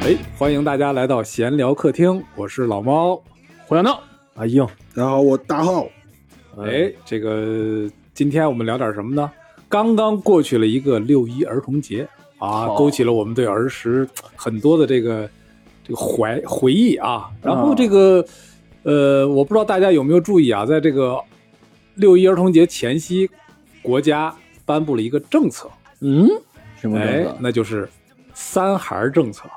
哎欢迎大家来到闲聊客厅，我是老猫。胡小闹，啊硬，然后我大浩，哎，这个今天我们聊点什么呢？刚刚过去了一个六一儿童节啊，哦勾起了我们对儿时很多的这个这个怀回忆啊。然后这个呃，我不知道大家有没有注意啊，在这个六一儿童节前夕，国家颁布了一个政策，嗯，什么哎政策，？那就是三孩儿政策。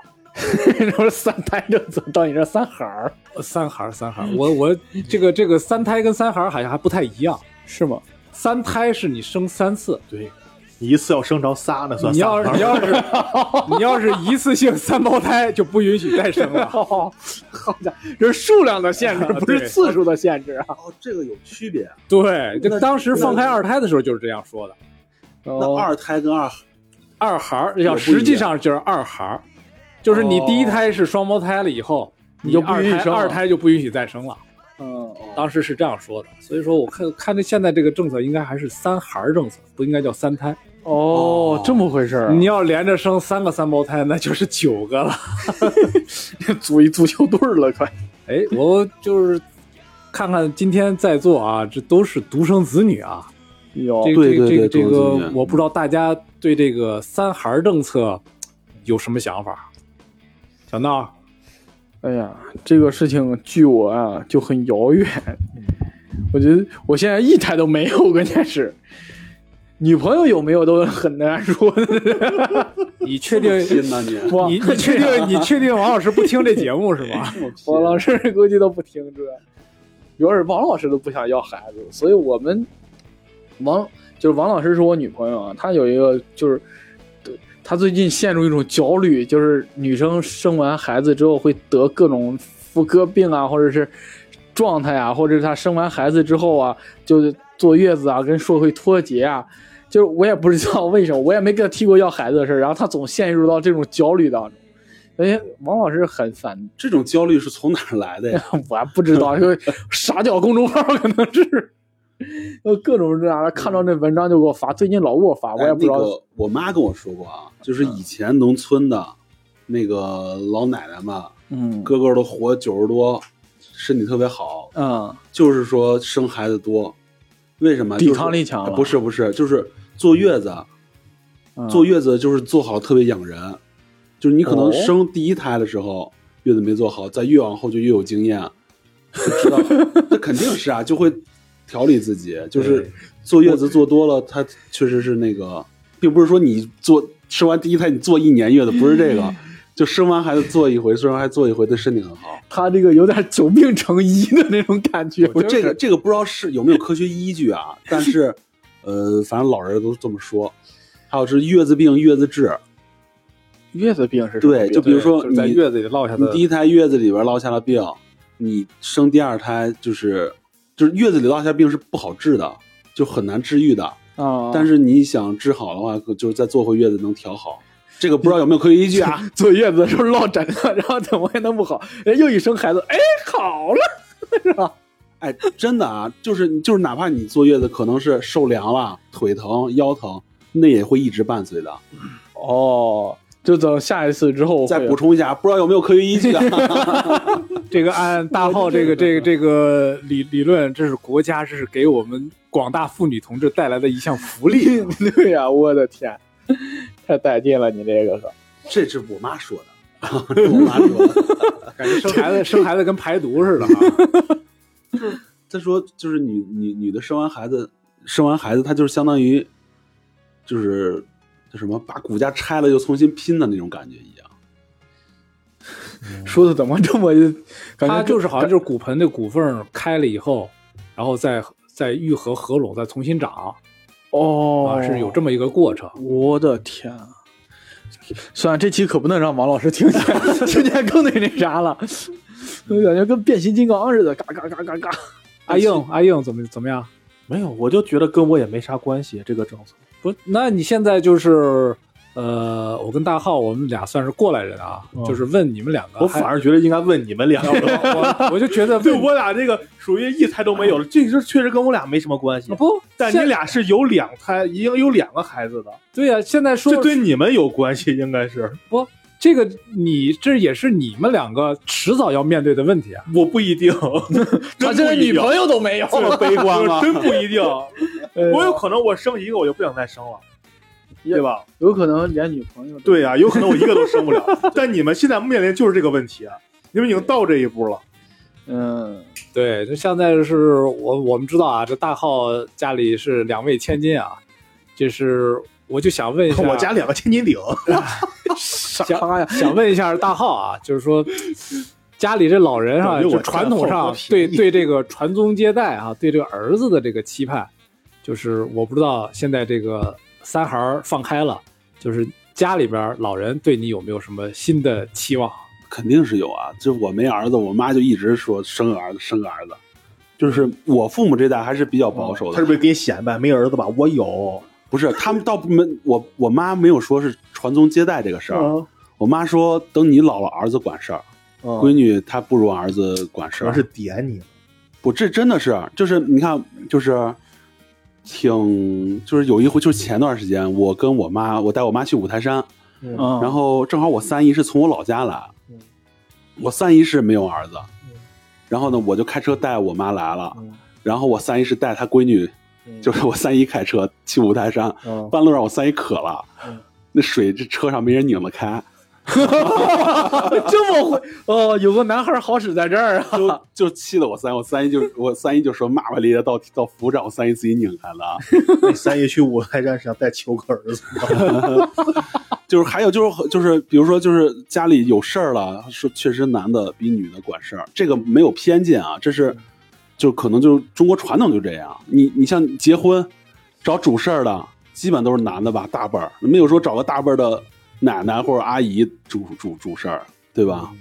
这不是三胎政策到你这儿三孩儿呃三孩儿，三孩儿，我我这个这个三胎跟三孩儿好像还不太一样。是吗？三胎是你生三次，对，你一次要生着仨，那算你要是仨你要是 你要是一次性三胞胎就不允许再生了。哦， 好家伙，这是数量的限 制，啊不是对次数的限制啊。哦，这个有区别啊。对，那这当时放开二胎的时候就是这样说的。那哦，二胎跟二二孩儿要实际上就是二孩儿，就是你第一胎是双胞胎了以后，哦你就不二允许胎生了二胎就不允许再生了。嗯，当时是这样说的，所以说我看看这现在这个政策应该还是三孩儿政策，不应该叫三胎。哦，这么回事儿啊。你要连着生三个三胞胎，那就是九个了。 组一足球队儿了，快！哎，我就是看看今天在座啊，这都是独生子女啊。有这对个这个对对这个这独生子个女，我不知道大家对这个三孩儿政策有什么想法？小闹，啊哎呀，这个事情距我啊就很遥远，我觉得我现在一台都没有，关键是女朋友有没有都很难 说。你确 定？ 拼呢你？哇你你确定你确定王老师不听这节目是吗？王老师估计都不听这，主要是王老师都不想要孩子，所以我们王就是王老师是我女朋友啊，她有一个就是，她最近陷入一种焦虑，就是女生生完孩子之后会得各种妇科病啊，或者是状态啊，或者是她生完孩子之后啊，就是坐月子啊，跟社会脱节啊。就是我也不知道为什么，我也没跟她提过要孩子的事儿，然后她总陷入到这种焦虑当中。哎，王老师很反这种焦虑是从哪儿来的呀？我还不知道， 这个傻屌公众号可能 是，呃，各种这样的，看到这文章就给我发，最近老给我啊发，我也不知道。哎那个我妈跟我说过啊，就是以前农村的那个老奶奶们，嗯个个都活九十多，身体特别好，嗯，就是说生孩子多，为什么？抵就是抗力强了啊不是不是，就是坐月子，啊嗯坐月子就是坐好特别养人，就是你可能哦生第一胎的时候月子没做好，再越往后就越有经验，就知 道这肯定是啊，就会调理自己。就是对坐月子坐多了，它确实是那个，并不是说你坐生完第一胎你坐一年月子，不是这个，就生完孩子坐一回，生完孩子坐一回对身体很好。他这个有点久病成医的那种感觉。不，这个这个不知道是有没有科学依据啊，但是，呃，反正老人都这么说。还有是月子病、月子治，月子病是什么对，病就比如说就是你在月子里落下你的第一胎月子里边落下了病，你生第二胎就是就是月子里落下病是不好治的，就很难治愈的。啊， 但是你想治好的话，可就是再坐回月子能调好。这个不知道有没有科学依据啊？坐月子的时候落枕了，然后怎么也弄不好，人又一生孩子，哎，好了，哎，真的啊，就是就是哪怕你坐月子可能是受凉了、腿疼、腰疼，那也会一直伴随的。哦，就等下一次之后再会补充一下，不知啊道有没有科学依据啊？ 这个按大浩这个这个这个理理论，这是国家这是给我们广大妇女同志带来的一项福 利。 对呀、我的天，太带劲了，你这个可。这是我妈说的， 这我妈说的。感觉生孩子生孩子跟排毒似的 啊！她说就是女女女的生完孩子，生完孩子她就是相当于，就是叫什么把骨架拆了又重新拼的那种感觉一样。说的怎么这么，感觉它就是是好像就是骨盆的骨缝开了以后，然后再再愈合合拢，再重新长哦啊，，是哦有这么一个过程。我的天啊！算了，这期可不能让王老师听见，听见更那那啥了，我感觉跟变形金刚似的，嘎嘎嘎嘎嘎。哎阿硬阿硬怎么怎么样？没有，我就觉得跟我也没啥关系，这个政策。不，那你现在就是呃，我跟大浩我们俩算是过来人啊，嗯就是问你们两个，啊我反而觉得应该问你们两 个，还我 我就觉得对问我俩这个属于一胎都没有了，这这确实跟我俩没什么啊关系。啊不，但你现俩是有两胎，已经有两个孩子的，对呀、现在说这对你们有关系，应该是。这个你这也是你们两个迟早要面对的问题啊。我不一 定，他真不现在一啊女定，朋友都没有，这么悲观吗？ 真不一定。呃我有可能我生一个我就不想再生了，对吧？有可能连女朋友都对呀、啊有可能我一个都生不了。 但你们现在面临就是这个问题啊，你们已经到这 一步了。嗯，对，这现在是我我们知道啊，这大浩家里是两位千金啊，就是我就想问一下， 啊我家两个千斤顶，啥呀？想问一下大浩啊，就是说家里这老人啊，感觉我就传统占后上和平对对这个传宗接代啊，对这个儿子的这个期盼，就是我不知道现在这个三孩儿放开了，就是家里边老人对你有没有什么新的期望？肯定是有啊。就我没儿子，我妈就一直说生个儿子，生个儿子。就是我父母这代还是比较保守哦他的，是不是给你显摆没儿子吧？我有，不是他们倒不没我我妈没有说是传宗接代这个事啊儿，嗯我妈说等你老了儿子管事儿，闺嗯，女她不如儿子管事主儿要。是点你。不，这真的是，就是你看，就是挺，就是有一回，就是前段时间，我跟我妈，我带我妈去五台山，嗯，嗯然后正好我三姨是从我老家来，嗯我三姨是没有儿子，嗯然后呢，我就开车带我妈来了，嗯然后我三姨是带她闺女，嗯就是我三姨开车去五台山，嗯半路上我三姨渴了，嗯那水这车上没人拧得 开，这么会哦，有个男孩好使在这儿啊！就就气得我三姨，我三姨就我三姨就说骂骂咧咧到到服务站，我三姨自己拧开了。那三爷去五台山是想再求个儿子，就是还有就是就是比如说就是家里有事儿了，说确实男的比女的管事儿，这个没有偏见啊，这是就可能就是中国传统就这样。你你像结婚找主事儿的，基本都是男的吧，大辈儿没有说找个大辈儿的奶奶或者阿姨主主主事儿，对吧？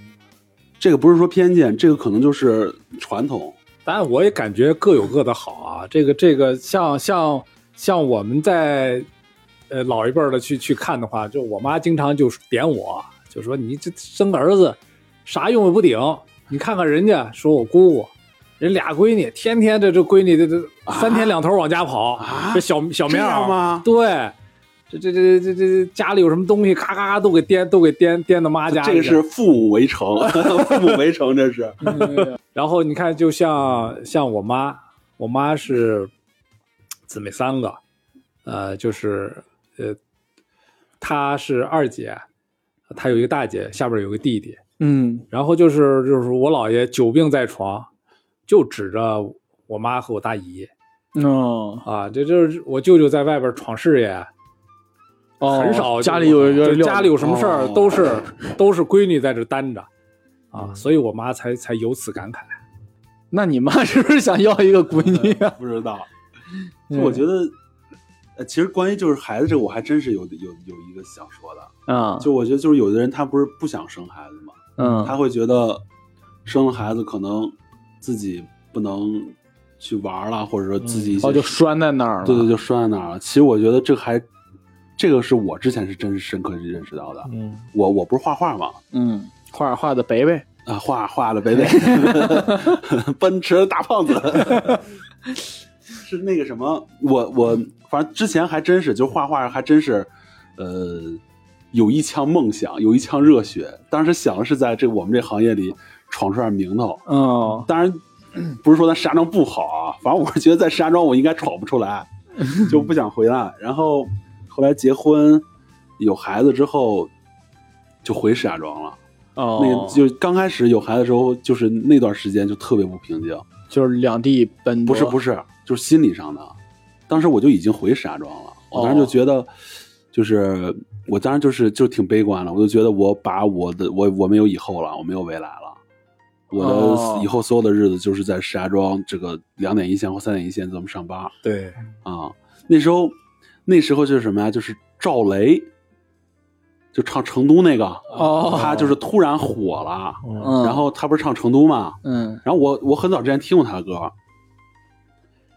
这个不是说偏见，这个可能就是传统。当然，我也感觉各有各的好啊。这个这个，像像像我们在呃老一辈儿的去去看的话，就我妈经常就是点我，就说你这生个儿子啥用也不顶。你看看人家，说我姑姑，人俩闺女，天天这这闺女这这三天两头往家跑，啊这小小棉这袄样吗对，这这这这这家里有什么东西，咔咔咔都给颠都给颠颠到妈家去。这个是父母围城， 父母围城，这是然后你看，就像像我妈，我妈是姊妹三个，呃，就是呃，她是二姐，她有一个大姐，下边有个弟弟。嗯，然后就是就是我姥爷久病在床，就指着我妈和我大姨哦啊，这就是我舅舅在外边闯事业，哦，很少家里有一个就家里有什么事儿哦都是 都是闺女在这担着嗯啊，所以我妈才才有此感慨。那你妈是不是想要一个闺女啊？不知道。嗯就我觉得，呃，其实关于就是孩子这个，我还真是有有有一个想说的。啊，就我觉得，就是有的人他不是不想生孩子嘛，他嗯会觉得生了孩子可能自己不能去玩了，或者说自己一些哦，就拴在那儿了。对对，就拴在那儿了。其实我觉得这还这个是我之前是真深刻认识到的。嗯，我我不是画画嘛，嗯，画画的北北，啊，画画了，北北，奔驰的大胖子， 是那个什么，我我反正之前还真是，就画画还真是，呃，有一腔梦想，有一腔热血，当时想的是在这我们这行业里闯出点名头，哦，当然不是说咱石家庄不好啊，反正我是觉得在石家庄我应该闯不出来，就不想回来。然后后来结婚有孩子之后，就回石家庄了。哦，那个就刚开始有孩子的时候，就是那段时间就特别不平静，就是两地奔不波，是不是，是，就是心理上的。当时我就已经回石家庄了，我当时就哦觉得，就是我当时就是就挺悲观了，我就觉得我把我的我我没有以后了，我没有未来了，我哦的以后所有的日子就是在石家庄这个两点一线或三点一线这么上班对，啊。那时候那时候就是什么呀？就是赵雷，就唱成都那个，哦他就是突然火了。嗯，然后他不是唱成都嘛，嗯然后我我很早之前听过他的歌，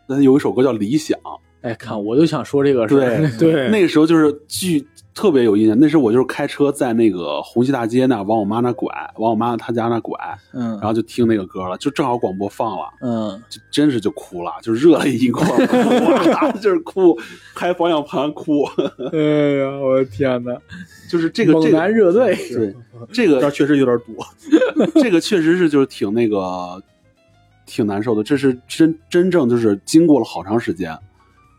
但他有一首歌叫《理想》，哎，看我就想说这个事儿，对对那个时候就是巨特别有印象，那时候我就是开车在那个红旗大街那儿往我妈那拐，往我妈她家那拐， 嗯然后就听那个歌了，就正好广播放了。嗯，就真是就哭了，就热泪盈眶， 哇，就是哭，拍方向盘哭，哎呀，我的天哪，就是这个猛这个男热嗯泪，对这个这儿确实有点多。这个确实是就是挺那个，挺难受的。这是真真正就是经过了好长时间，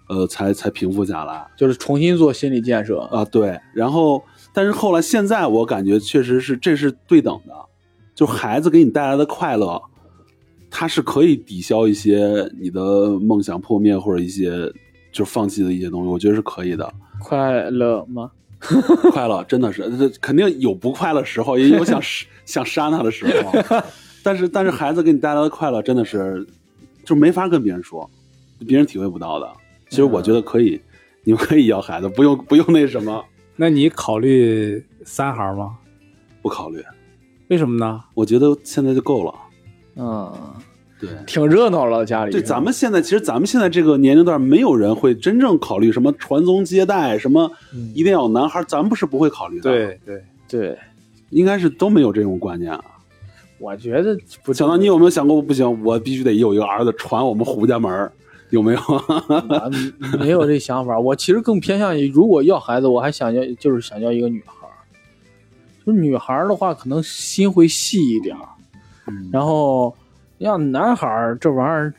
呃，才才平复下来 就是重新做心理建设，啊。对，然后但是后来现在我感觉确实是这是对等的，就孩子给你带来的快乐，它是可以抵消一些你的梦想破灭或者一些就放弃的一些东西，我觉得是可以的。快乐吗？ 快乐真的是，这肯定有不快乐时候，也有想想杀他的时候。啊但是，但是孩子给你带来的快乐真的是，就没法跟别人说，别人体会不到的。其实我觉得可以，你们可以要孩子，不用 不用那什么，那你考虑三孩吗？不考虑，为什么呢？我觉得现在就够了。嗯，对挺热闹了，家里对，咱们现在其实咱们现在这个年龄段，没有人会真正考虑什么传宗接代，什么一定要有男孩，咱们是不会考虑的。，对，对，应该是都没有这种观念啊。我觉得不小到唐，你有没有想过，不行，我必须得有一个儿子传我们胡家门儿，有没有？没啊有这想法。我其实更偏向于，如果要孩子，我还想要就是想要一个女孩儿。就是女孩儿的话，可能心会细一点儿，然后要男孩儿这玩意儿，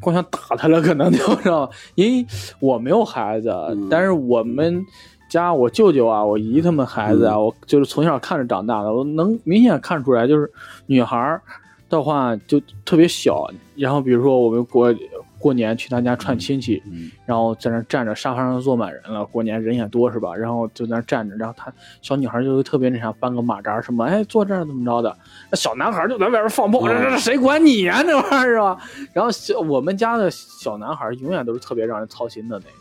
光想打他了，可能就是吧，因为我没有孩子，嗯但是我们。家我舅舅啊，我姨他们孩子啊，我就是从小看着长大的，我能明显看出来，就是女孩儿的话就特别小。然后比如说我们过过年去他家串亲戚，嗯然后在那儿站着，沙发上坐满人了，过年人也多是吧？然后就在那儿站着，然后她小女孩就特别那啥，搬个马扎什么，哎，坐这儿怎么着的？那小男孩就在外边放炮，这这这谁管你呀、 这玩意儿啊！然后小我们家的小男孩永远都是特别让人操心的那个，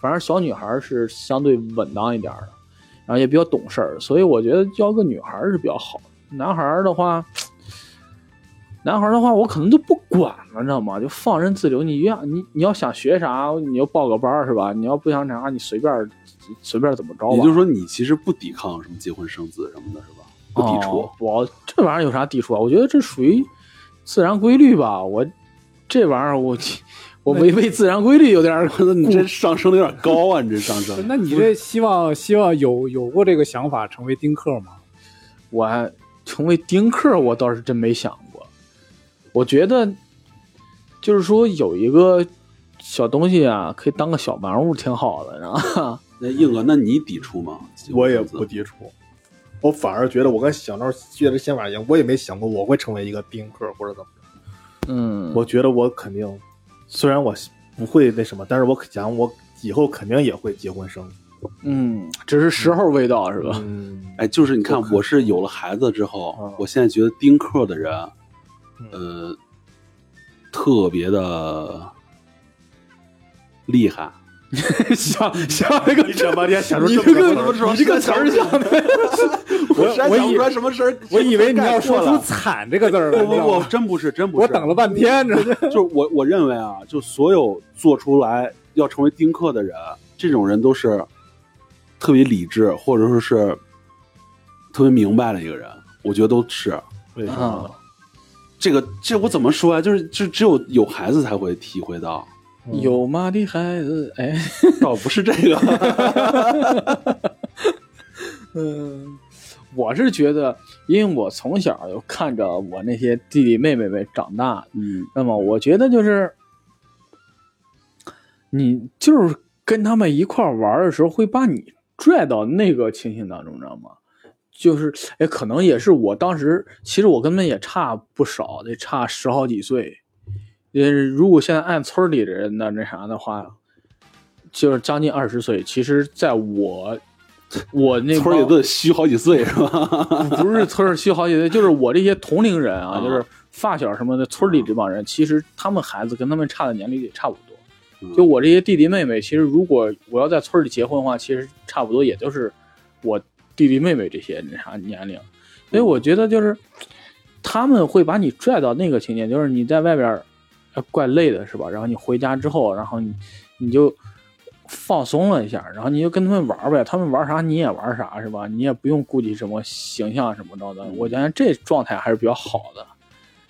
反正小女孩是相对稳当一点儿的，然后也比较懂事儿，所以我觉得要个女孩儿是比较好的。男孩儿的话，男孩儿的话，我可能就不管了，你知道吗？就放任自流。你要你你要想学啥，你就报个班儿是吧？你要不想啥，你随便儿随便儿怎么着吧。也就是说，你其实不抵抗什么结婚生子什么的，是吧？不抵触。哦我这玩意儿有啥抵触啊？我觉得这属于自然规律吧。我这玩意儿我 我违背自然规律有点儿。你这上升的有点高啊！你这上升，那你这希望希望有有过这个想法成为丁克 吗？我还成为丁克，我倒是真没想过。我觉得就是说有一个小东西啊，可以当个小玩物，挺好的，然后那硬哥，那你抵触吗？结我婚也生子不抵触，我反而觉得我跟小闹觉得想法一样，我也没想过我会成为一个丁克或者怎么着。 嗯，我觉得我肯定，虽然我不会那什么，但是我想我以后肯定也会结婚生子。嗯，只是时候未到是吧？嗯，哎，就是你看，我是有了孩子之后嗯，我现在觉得丁克的人，嗯呃，特别的厉害。想想那 个你想半天想出你这这么多词儿个你这个词儿想的，我实在我想以不出来什么事儿，我以为你要概括说出了“惨”这个字儿来，不你知不道不，吗真不是，真不是。我等了半天，这就是我我认为啊，就所有做出来要成为丁克的人，这种人都是特别理智，或者说是特别明白的一个人。我觉得都是为什么？啊，这个这我怎么说啊？就是就只有有孩子才会体会到，有妈的孩子，哎，倒不是这个。嗯，我是觉得，因为我从小就看着我那些弟弟妹妹们长大，嗯，那么我觉得就是，你就是跟他们一块儿玩儿的时候，会把你拽到那个情形当中，你知道吗？就是，哎，可能也是我当时，其实我跟他们也差不少，得差十好几岁。呃，如果现在按村儿里的人的那啥的话，就是将近二十岁。其实，在我我那村儿里帮都得虚好几岁是吧？ 不是村儿虚好几岁，就是我这些同龄人啊，啊就是发小什么的，村里这帮人，其实他们孩子跟他们差的年龄也差不嗯多。就我这些弟弟妹妹，其实如果我要在村里结婚的话，其实差不多也就是我弟弟妹妹这些那啥年龄。所以我觉得就是他们会把你拽到那个情节，就是你在外边儿呃怪累的是吧？然后你回家之后，然后你你就放松了一下，然后你就跟他们玩儿呗，他们玩啥你也玩啥，是吧？你也不用顾及什么形象什么着的，我觉得这状态还是比较好的。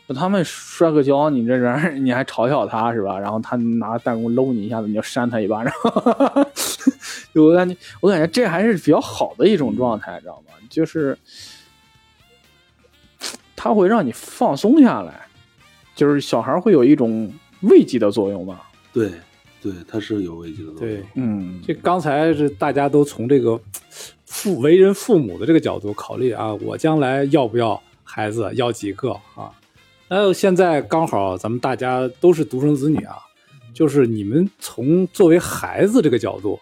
就他们摔个跤，你这人儿你还嘲笑他是吧？然后他拿弹弓搂你一下子，你就扇他一巴掌。 就我感觉，我感觉这还是比较好的一种状态，知道吗？就是它会让你放松下来，就是小孩儿会有一种慰藉的作用吧。对对，它是有危机的作用对，，嗯，这刚才是大家都从这个父为人父母的这个角度考虑啊，我将来要不要孩子，要几个啊？那现在刚好咱们大家都是独生子女啊，就是你们从作为孩子这个角度，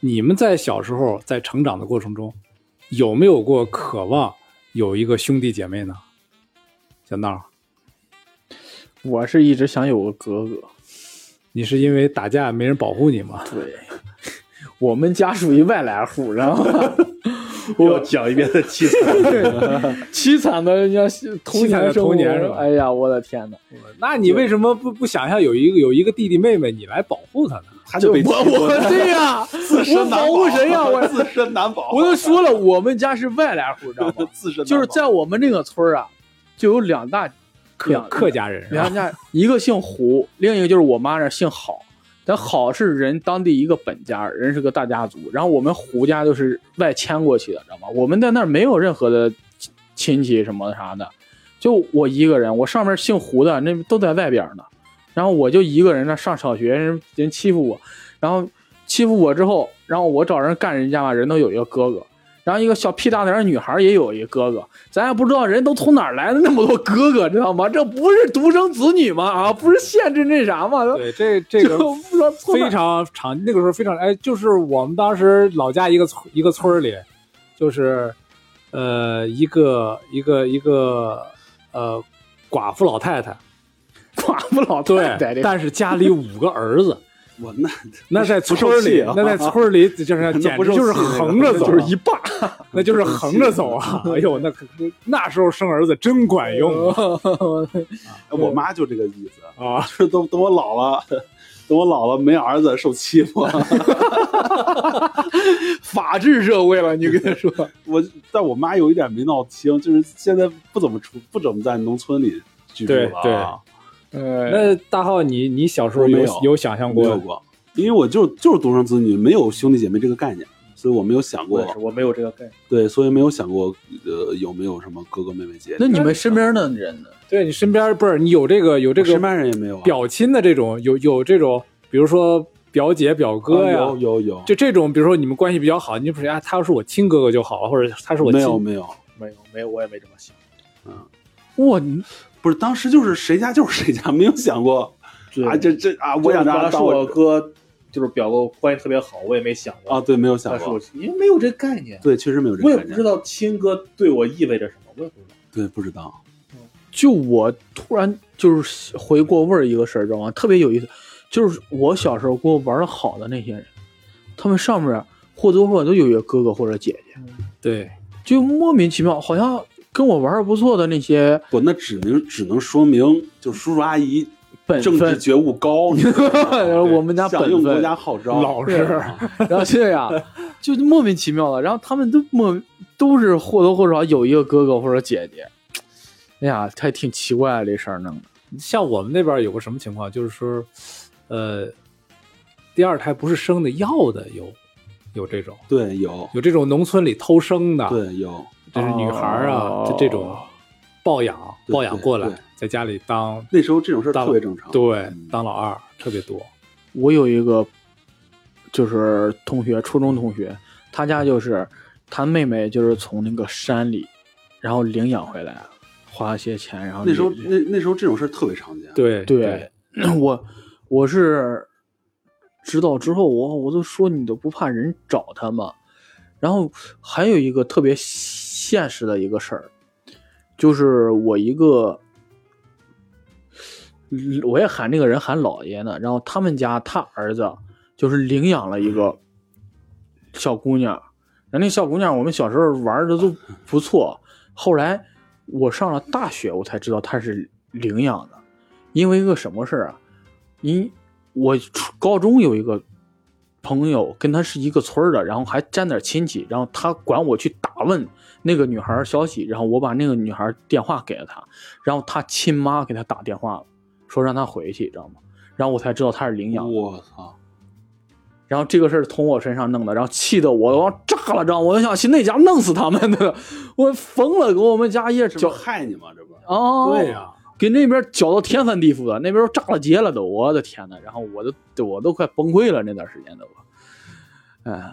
你们在小时候在成长的过程中，有没有过渴望有一个兄弟姐妹呢？小闹，我是一直想有个哥哥。你是因为打架没人保护你吗？对， 我们家属于外来户，然后我讲一遍的气氛。凄惨的像童凄惨年的生童活年是吧哎呀，我的天哪！那你为什么不不想象有一个有一个弟弟妹妹，你来保护他呢？它就被我我对呀、自我保护谁 呀、我自身难保？我都说了，我们家是外来户，知 道吗自身就是在在我们这个村儿啊，就有两大客两客家人是吧两家，一个姓胡，另一个就是我妈那儿姓郝。但郝是人当地一个本家，人是个大家族。然后我们胡家就是外迁过去的，知道吗？我们在那儿没有任何的亲亲戚什么啥的，就我一个人。我上面姓胡的那都在外边呢，然后我就一个人那上小学，人人欺负我，然后欺负我之后，然后我找人干人家嘛，人都有一个哥哥。然后一个小屁大点儿的女孩儿也有一个哥哥，咱也不知道人都从哪儿来的那么多哥哥，知道吗？这不是独生子女吗？啊，不是限制那啥吗？啊对，这这个不知道从哪非常常，那个时候非常哎，就是我们当时老家一个村一个村儿里，就是呃一个一个一个呃寡妇老太太，寡妇老对太太，这，但是家里五个儿子，我那那在不村受儿气里啊，那在村儿里就是 那简不直受就是气那个横着那走，啊就是一霸， 那就是横着走 啊！哎呦，那可那时候生儿子真管哎用啊！我妈就这个意思， 啊就是等等我老了，等我老了没儿子受欺负，法治社会了，你跟 他说， 我但我妈有一点没闹清，就是现在不怎么出，不怎么在农村里居住了啊，呃，那大浩，你你小时候我没有有有想象没过有过，因为我就就是独生子女，没有兄弟姐妹这个概念，所以我没有想过，我没有这个概念。对，所以没有想过呃有没有什么哥哥妹妹姐姐。那你们身边的人呢？对你身边不是你有这个有这我个身边人也没有啊，表亲的这种有有这种，比如说表姐表哥啊呀，有有有，就这种，比如说你们关系比较好，你就不是啊，他是我亲哥哥就好了，或者他是我没亲有没有，没有，没有，我也没这么想。哇，你不是当时就是谁家就是谁家，没 有想过对啊，这这啊，我我想想让当当是我哥，就是表哥关系特别好，我也没想过啊，，对，没有想但是过我，因为没有这概念，对，确实没有这我个也概不念知，道亲哥对我意味着什么，我也不知道。对，不知道，就我突然就是回过味儿一个事儿，知道吗？特别有意思，就是我小时候跟我玩的好的那些人，他们上面或多或少都有一个哥哥或者姐姐，对就莫名其妙，好像跟我玩的不错的那些不，那只能只能说明就叔叔阿姨本政治 分，觉 悟高，你知道吗我们家响本应国分，家号召，老实啊然后这样就莫名其妙的，然后他们都莫都是或多或少有一个哥哥或者姐姐，哎呀，还挺奇怪啊的这事儿弄的，像我们那边有个什么情况，就是说，呃，第二胎不是生的要的有有这种对，有，有这种农村里偷生的，对有，这是女孩儿啊，哦就这种抱养对抱养过来对对，在家里当那时候这种事儿当特别正常，对嗯当老二特别多，我有一个就是同学，初中同学，他家就是他妹妹就是从那个山里，然后领养回来，花了些钱，然后那时候领那那时候这种事儿特别常见，对对， 我我是知道之后，我我都说你都不怕人找他吗？然后还有一个特别现实的一个事儿，就是我一个，我也喊那个人喊姥爷呢。然后他们家他儿子就是领养了一个小姑娘，然后那小姑娘我们小时候玩的都不错，后来我上了大学，我才知道她是领养的。因为一个什么事儿啊？因我初高中有一个朋友，跟他是一个村儿的，然后还沾点亲戚，然后他管我去打问那个女孩儿消息，然后我把那个女孩儿电话给了他，然后他亲妈给他打电话了，说让他回去，知道吗？然后我才知道他是领养的。我操！然后这个事儿从我身上弄的，然后气得我我炸了，知道吗？我就想去那家弄死他们的，我疯了，给我们家也这不搅是害你吗？这不是啊，对呀、给那边搅到天翻地覆的，那边都炸了街了都，我的天呐，然后我都我都快崩溃了，那段时间都，哎呀，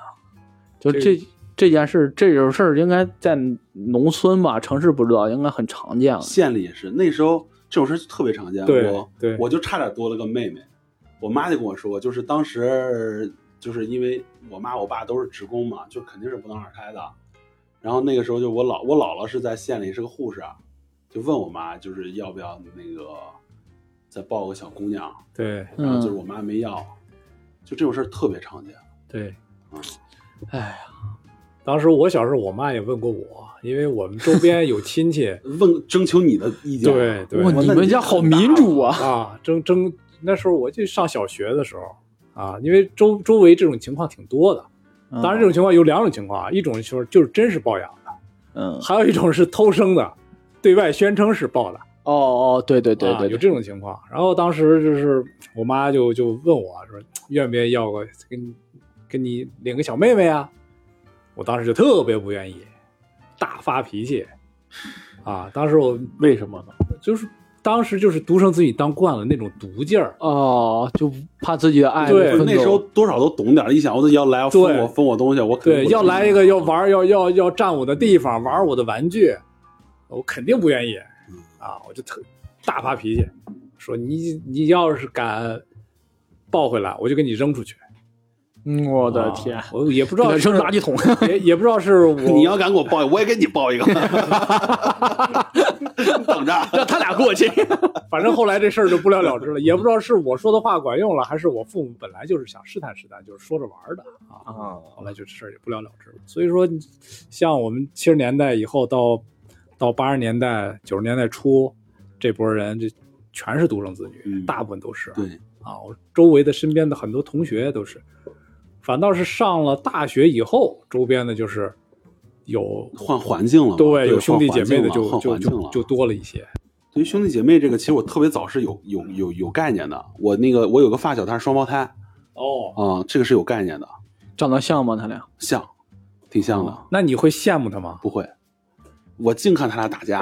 就这这这件事，这种事儿应该在农村吧，城市不知道，应该很常见了。县里也是，那时候这种事特别常见。对我对我就差点多了个妹妹，我妈就跟我说，就是当时就是因为我妈我爸都是职工嘛，就肯定是不能二胎的。然后那个时候就我姥我姥姥是在县里是个护士啊，就问我妈就是要不要那个再抱个小姑娘，对然后就是嗯，我妈没要，就这种事儿特别常见。对，哎呀，当时我小时候，我妈也问过我，因为我们周边有亲戚问征求你的意见啊，对对哇，那你你们家好民主啊！啊，争争那时候我就上小学的时候啊，因为周周围这种情况挺多的。啊当然，这种情况有两种情况啊，一种就是就是真是抱养的，嗯，还有一种是偷生的，对外宣称是抱的。哦哦，对对对啊，对，有这种情况。然后当时就是我妈就就问我说，愿不愿意要个给你给你领个小妹妹啊？我当时就特别不愿意，大发脾气啊！当时我 为什么呢？就是当时就是独生子女当惯了那种毒劲儿，哦，就怕自己的爱对分走那时候多少都懂点儿，一想我要来要分对我分我东西，我肯定对，不要来行一啊个要玩儿要要要占我的地方，玩儿我的玩具，我肯定不愿意嗯啊！我就特大发脾气，说你你要是敢抱回来，我就给你扔出去。嗯，我的啊天，我也不知给道他是扔垃圾 桶。也也不知道 是我 你要敢给我抱一个，我也给你抱一个， 你等着。让他俩过去。反正后来这事儿就不了了之了，也不知道是我说的话管用了，还是我父母本来就是想试探试探，就是说着玩儿的啊。啊，后来就这事儿也不了了之了。所以说，像我们七十年代以后到到八十年代、九十年代初这波人，这全是独生子女，嗯大部分都是 对，啊。我周围的身边的很多同学都是，反倒是上了大学以后，周边的就是有换环境了嘛，对有啊换兄弟姐妹的环境了就换就环境就了。就多了一些。对于兄弟姐妹这个，其实我特别早是有有有有概念的。我那个我有个发小，他是双胞胎哦，啊、这个是有概念的，长得像吗？他俩？像，挺像的。那你会羡慕他吗？不会，我净看他俩 打架。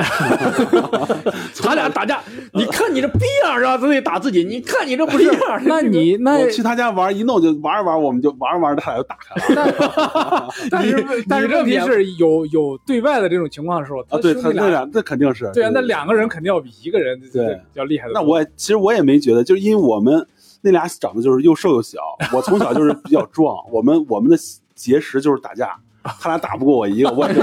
他俩打呃架，你看你这逼样儿啊，自己打自己，你看你这不是样儿。那你那我去他家玩，一弄就玩着玩，我们就玩着玩，他俩就打开了。但是你但是你这问题免是有有对外的这种情况的时候，啊，对兄他弟那俩，那肯定是。对啊，那两个人肯定要比一个人对要厉害的那多。我也其实我也没觉得，就是因为我们那俩长得就是又瘦又小，我从小就是比较壮， 我们我们的结识就是打架，他俩打不过我一个，我 也就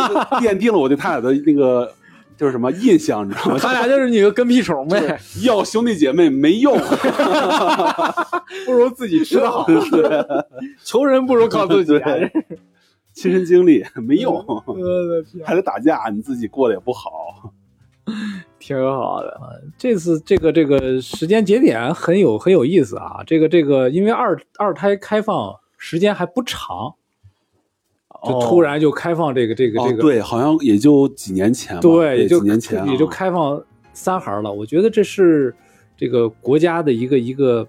是奠定了我对他俩的那个就是什么印象，你知道吗？ 他俩就是你个跟屁虫呗。要兄弟姐妹没用，啊不如自己吃的好，穷人不如靠自己啊。对亲身经历没用，嗯我的天 还得打架，你自己过得也不好。挺好的。啊这次这个这个时间节点很有很有意思啊，这个这个因为二二胎开放时间还不长，哦就突然就开放这个这个这哦，个对，好像也就几年前吧，对，也就几年前啊也就开放三孩了。我觉得这是这个国家的一个一个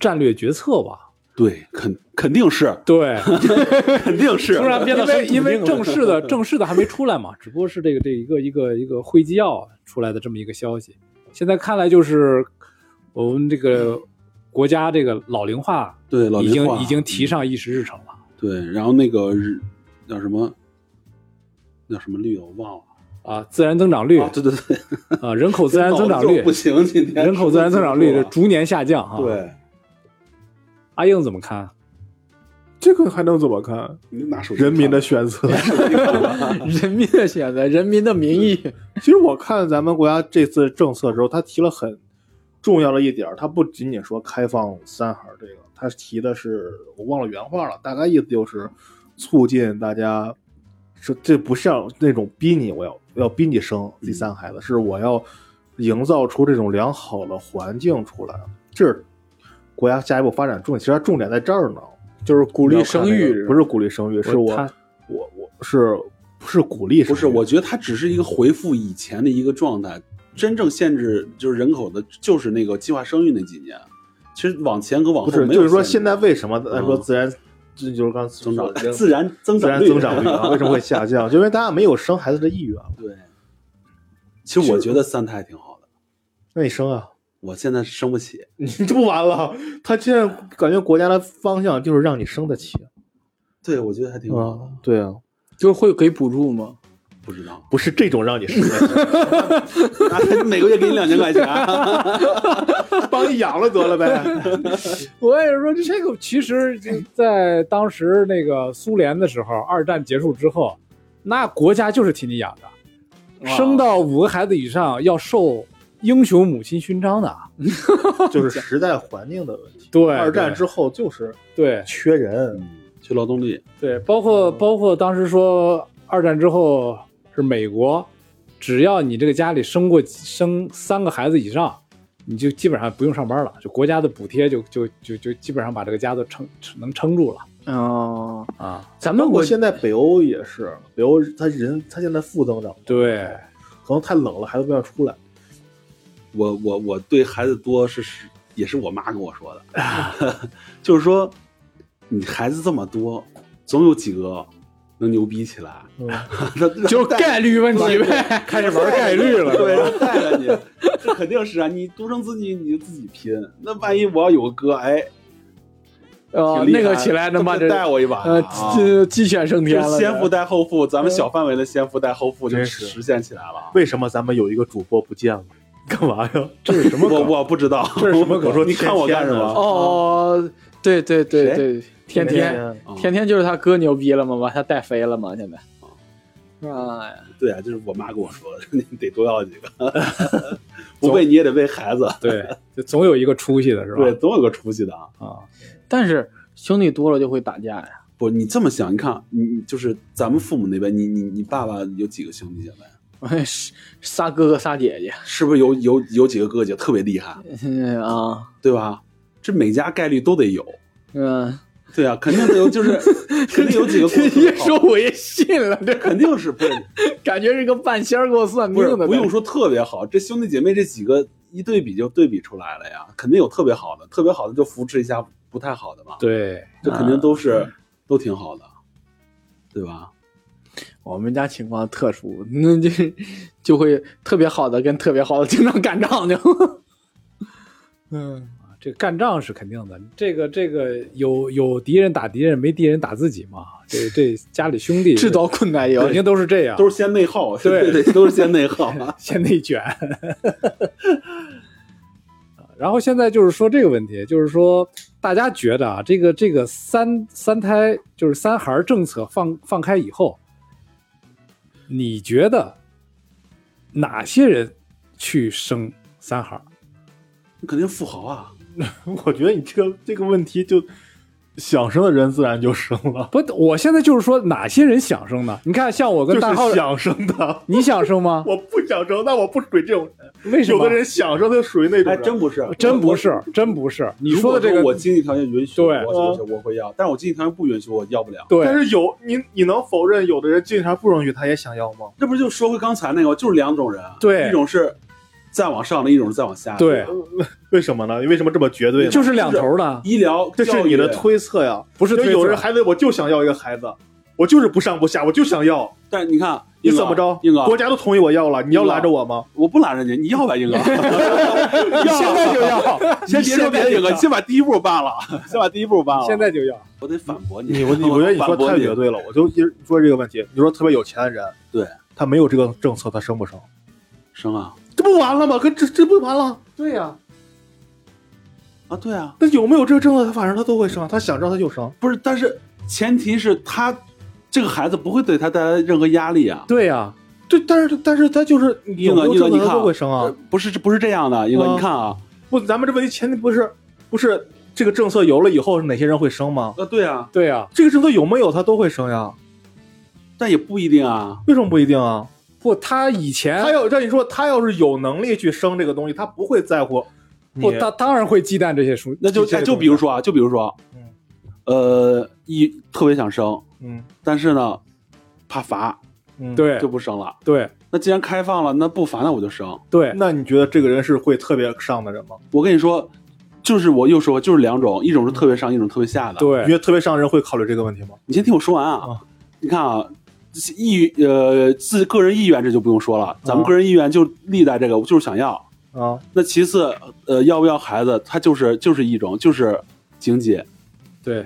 战略决策吧。对，肯肯定 是， 对，肯定是，突然变得因为因为正式的 正式的还没出来嘛，只不过是这个这一个一个一个会纪要出来的这么一个消息。现在看来就是我们这个国家这个老龄化对老已龄经化嗯已经提上议事日程了对，然后那个日叫什么叫什么绿的我忘了。啊，自然增长率啊对对对，啊，人口自然增长脑子率就不，行，今 天人口自然增长率是是逐年下降啊。，对，阿英怎么看？这个还能怎么看？你拿手机人民的看选 择。人民的选择，人民的民嗯意。其实我看咱们国家这次政策的时候，他提了很重要的一点儿，他不仅仅说开放三孩儿这个，他提的是我忘了原话了，大概意思就是促进大家说这不像那种逼你我要要逼嗯你生第三孩子，是我要营造出这种良好的环境出来，这是国家下一步发展重点，其实它重点在这儿呢，就是鼓励生育，不是鼓励生育，是我他我我是不是鼓励生育？ 不是，我觉得它只是一个回复以前的一个状态。真正限制就是人口的，就是那个计划生育那几年。其实往前和往不后是，没有就是说限现制在为什么咱说嗯自然，这就是刚才增说长的人自然增自长然率增长率啊，为什么会下降？ 就因为大家没有生孩子的意啊愿 了。对，其实我觉得三胎挺好的，那你生啊？ 我现在生不起。你这不完了？他现在感觉国家的方向就是让你生得起对，我觉得还挺好的，啊，对啊，，就是会给补助吗？不知道 不是这种让你生得起，啊每个月给你两千块钱，啊帮你养了得了呗。我也是说，这个其实就在当时那个苏联的时候，二战结束之后，那国家就是替你养的，生到五个孩子以上要受英雄母亲勋章的。就是时代环境的问题。对二战之后就是对缺人，去劳动力。对，包括哦包括当时说二战之后是美国，只要你这个家里生过生三个孩子以上，你就基本上不用上班了，就国家的补贴就就就就基本上把这个家都撑能撑住了啊，啊。咱包们括国现在北欧也是，北欧他人他现在负增长， 对，可能太冷了，孩子不愿出来。我我我对孩子多是是也是我妈跟我说的，就是说你孩子这么多，总有几个能牛逼起来。嗯 那 那就是概率问题呗，开始玩概率 了。对，让带着你，这肯定是啊！你独生子女你就自己拼，那万一我要有个哥，哎，啊挺厉害那个起来这能把不这带我一把呃啊鸡鸡犬升天就了，是先富带后富，咱们小范围的先富带后富就真是实现起来了。为什么咱们有一个主播不见了？ 干嘛呀？这是什么我梗？我不知道，这是什么梗我说你看我干什天天的么？哦，对对对对，天天哦天天就是他哥牛逼了嘛，把他带飞了嘛，现在。啊呀，对啊，就是我妈跟我说的， 你得多要几个， 不喂你也得喂孩子，对，就总有一个出息的是吧？对，总有个出息的啊。啊，但是兄弟多了就会打架呀。 不，你这么想，你看，啊你你就是咱们父母那边，你你你爸爸有几个兄弟姐妹？哎是仨哥哥仨姐 姐，是不是有有有几个哥哥姐特别厉害，嗯啊，对吧？这每家概率都得有，嗯，对啊，肯定得有，就是 肯定有几个过得特别一好说我也信了，这肯定是不是感觉是个半仙儿给我算不命是的。不用说特别好，这兄弟姐妹这几个一对比就对比出来了呀，肯定有特别好的，特别好的就扶持一下不太好的嘛，对，这肯定都是、都挺好的，对吧？我们家情况特殊，那就就会特别好的跟特别好的经常干仗去。 嗯，啊这个干仗是肯定的，这个这个有有敌人打敌人，没敌人打自己嘛。这这家里兄弟制造困难也要肯定都是这样，都是先内耗，对对对，都是先内 耗。啊先内卷。然后现在就是说这个问题，就是说大家觉得啊，这个这个三三胎就是三孩儿政策放放开以后，你觉得哪些人去生三孩儿？肯定富豪 啊， 我觉得你这个这个问题就想生的人自然就生了，不，我现在就是说哪些人想生呢？你看，像我就跟大浩是，想生的。 你想生吗？我不想生，那我不属于这种人。为什有么？的人想生，他就属于那种还人。哎真不是，哎 真不是，真不是。你说的这如个果我经济条件允许，对我我我会要，但是我经济条件不允许，我要不了。对，但是有你，你能否认有的人经常不允许他也想要吗？这不就说回刚才那个吗，就是两种人，啊对一种是再往上的，一种是再往下的，对为什么呢？你为什么这么绝对呢？就是两头的，医疗这教是育你的推测呀，不是因为推有人测。孩子，我就想要一个孩子，我就是不上不下，我就想要，但你看，你啊硬哥怎么着？硬哥，国家都同意我要了，你要拦着我吗？我不拦着你，你要吧，硬哥， 现在就要，先别说别的，硬哥，先把第一步办了，先把第一步办了。现在就要。我得反驳你，你我你我觉得你说反驳太绝对了，我就一直说这个问题。你说特别有钱的人，对他没有这个政策，他生不生？生啊这不完了吗？跟这这不完了？对呀、啊，对啊，那有没有这个政策，他反正他都会生，他想生他就生。不是，但是前提是他这个孩子不会对他带来任何压力啊。对呀、对，但是但是他就是你有硬哥，没有硬哥，政你策看他啊都会生啊呃。不是，这不是这样的，硬哥，啊你看啊，不，咱们这问题前提不是不是这个政策有了以后是哪些人会生吗？呃，对啊，对呀、这个政策有没有他都会生呀？但也不一定啊。为什么不一定啊？不，他以前他要让你说，他要是有能力去生这个东西，他不会在乎我当当然会忌惮这些书，那就这哎，些就东比西如说啊，就比如说，嗯呃，一特别想生，嗯但是呢，怕罚嗯，。对就不生了。对那既然开放了，那不罚那我就生。对，那你觉得这个人是会特别上的人吗？我跟你说，就是我又说就是两种，一种是特别上，一种特别下的。，你对觉得特别上的人会考虑这个问题吗？你先听我说完啊。你看啊，意呃自个人意愿这就不用说了，咱们啊个人意愿就历代这个，我就是想要。啊，那其次，呃，要不要孩子，它就是就是一种就是经济，对，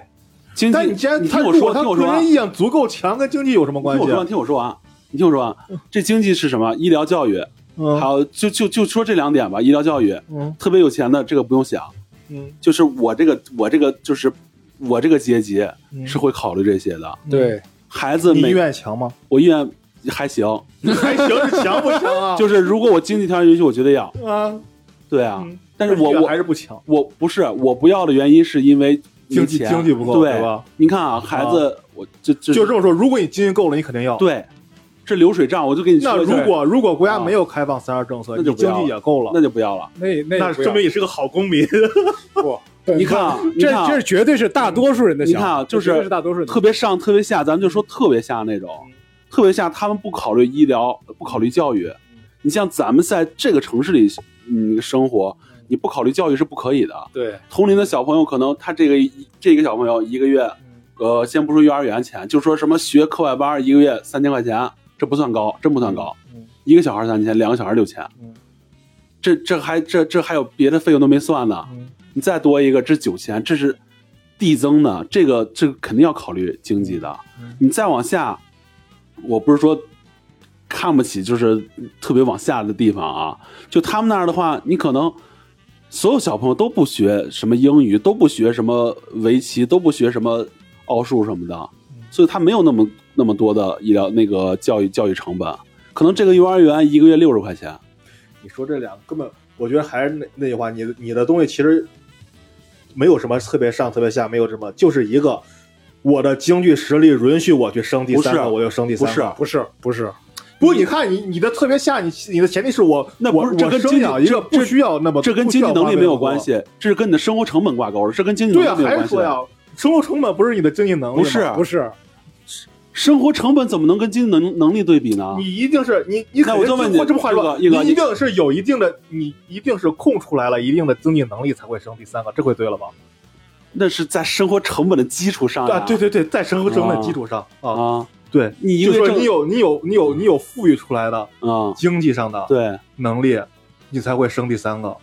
经济。但你既然听他我如说，果他听我个说啊人，意愿足够强，跟经济有什么关听我系啊说？完，听我说完，你听我说完，这经济是什么？医疗、教育，嗯还有就就就说这两点吧。医疗、教育，嗯特别有钱的这个不用想，嗯就是我这个我这个就是我这个阶级嗯是会考虑这些的。对，孩子你意每愿强吗？我意愿还行，还行，是强不强啊？就是如果我经济条件允许，我觉得要。啊，对啊嗯，但是我意愿我还是不强。我不是我不要的原因是因为没经济钱经济不够对对吧？您看啊，孩子，我这这就这么说，如果你经济够了，你肯定要。。对，这流水账我就给你那说一下如果如果国家啊没有开放三二政策，那就你不要经济也够那了，就不要了。那那也不要证明你是个好公民。不，你看啊，你这看啊这是绝对是大多数人的你想看法，啊，就这绝对是是大多数人的特别上特别下，咱们就说特别下那种，特别下他们不考虑医疗，不考虑教育。你像咱们在这个城市里，嗯，生活，你不考虑教育是不可以的。对同龄的小朋友可能他这个一这个小朋友一个月，呃，先不说幼儿园钱，就说什么学课外班，一个月三千块钱，这不算高，真不算高。一个小孩三千，两个小孩六千，这这还这这还有别的费用都没算呢。你再多一个，这九千，这是递增的，这个这个肯定要考虑经济的。你再往下，我不是说看不起，就是特别往下的地方啊。就他们那儿的话，你可能所有小朋友都不学什么英语，都不学什么围棋，都不学什么奥数什么的，嗯所以他没有那么那么多的医疗那个教育教育成本。可能这个幼儿园一个月六十块钱， 呃你说这两个根本，我觉得还是那那句话，你的你的东西其实没有什么特别上特别下，没有什么，就是一个我的经济实力允许我去生第三不个，是我就生第不三是啊个。不是不是，不过你看你你的特别下，你你的前提是我那不我是这我跟生经济养一这个不需要那么这跟不需经济要能花力费没有那么多关系，这是跟你的生活成本挂钩的，这跟经济能对啊，力没有还关是系说的。呀，生活成本不是你的经济能力吗不是不是嗯生活成本怎么能跟经济能能力对比呢？你一定是你，你那肯我定就问是你这么话说，一哥一哥你一定是有一定的，你一定是空出来了一定的经济能力才会生第三个，这回对了吧？那是在生活成本的基础上呀。啊，对对对，在生活成本基础上啊，啊，对，你一就个月说挣你有你有你有你有富裕出来的啊，经济上的对，能力，你才会生第三个。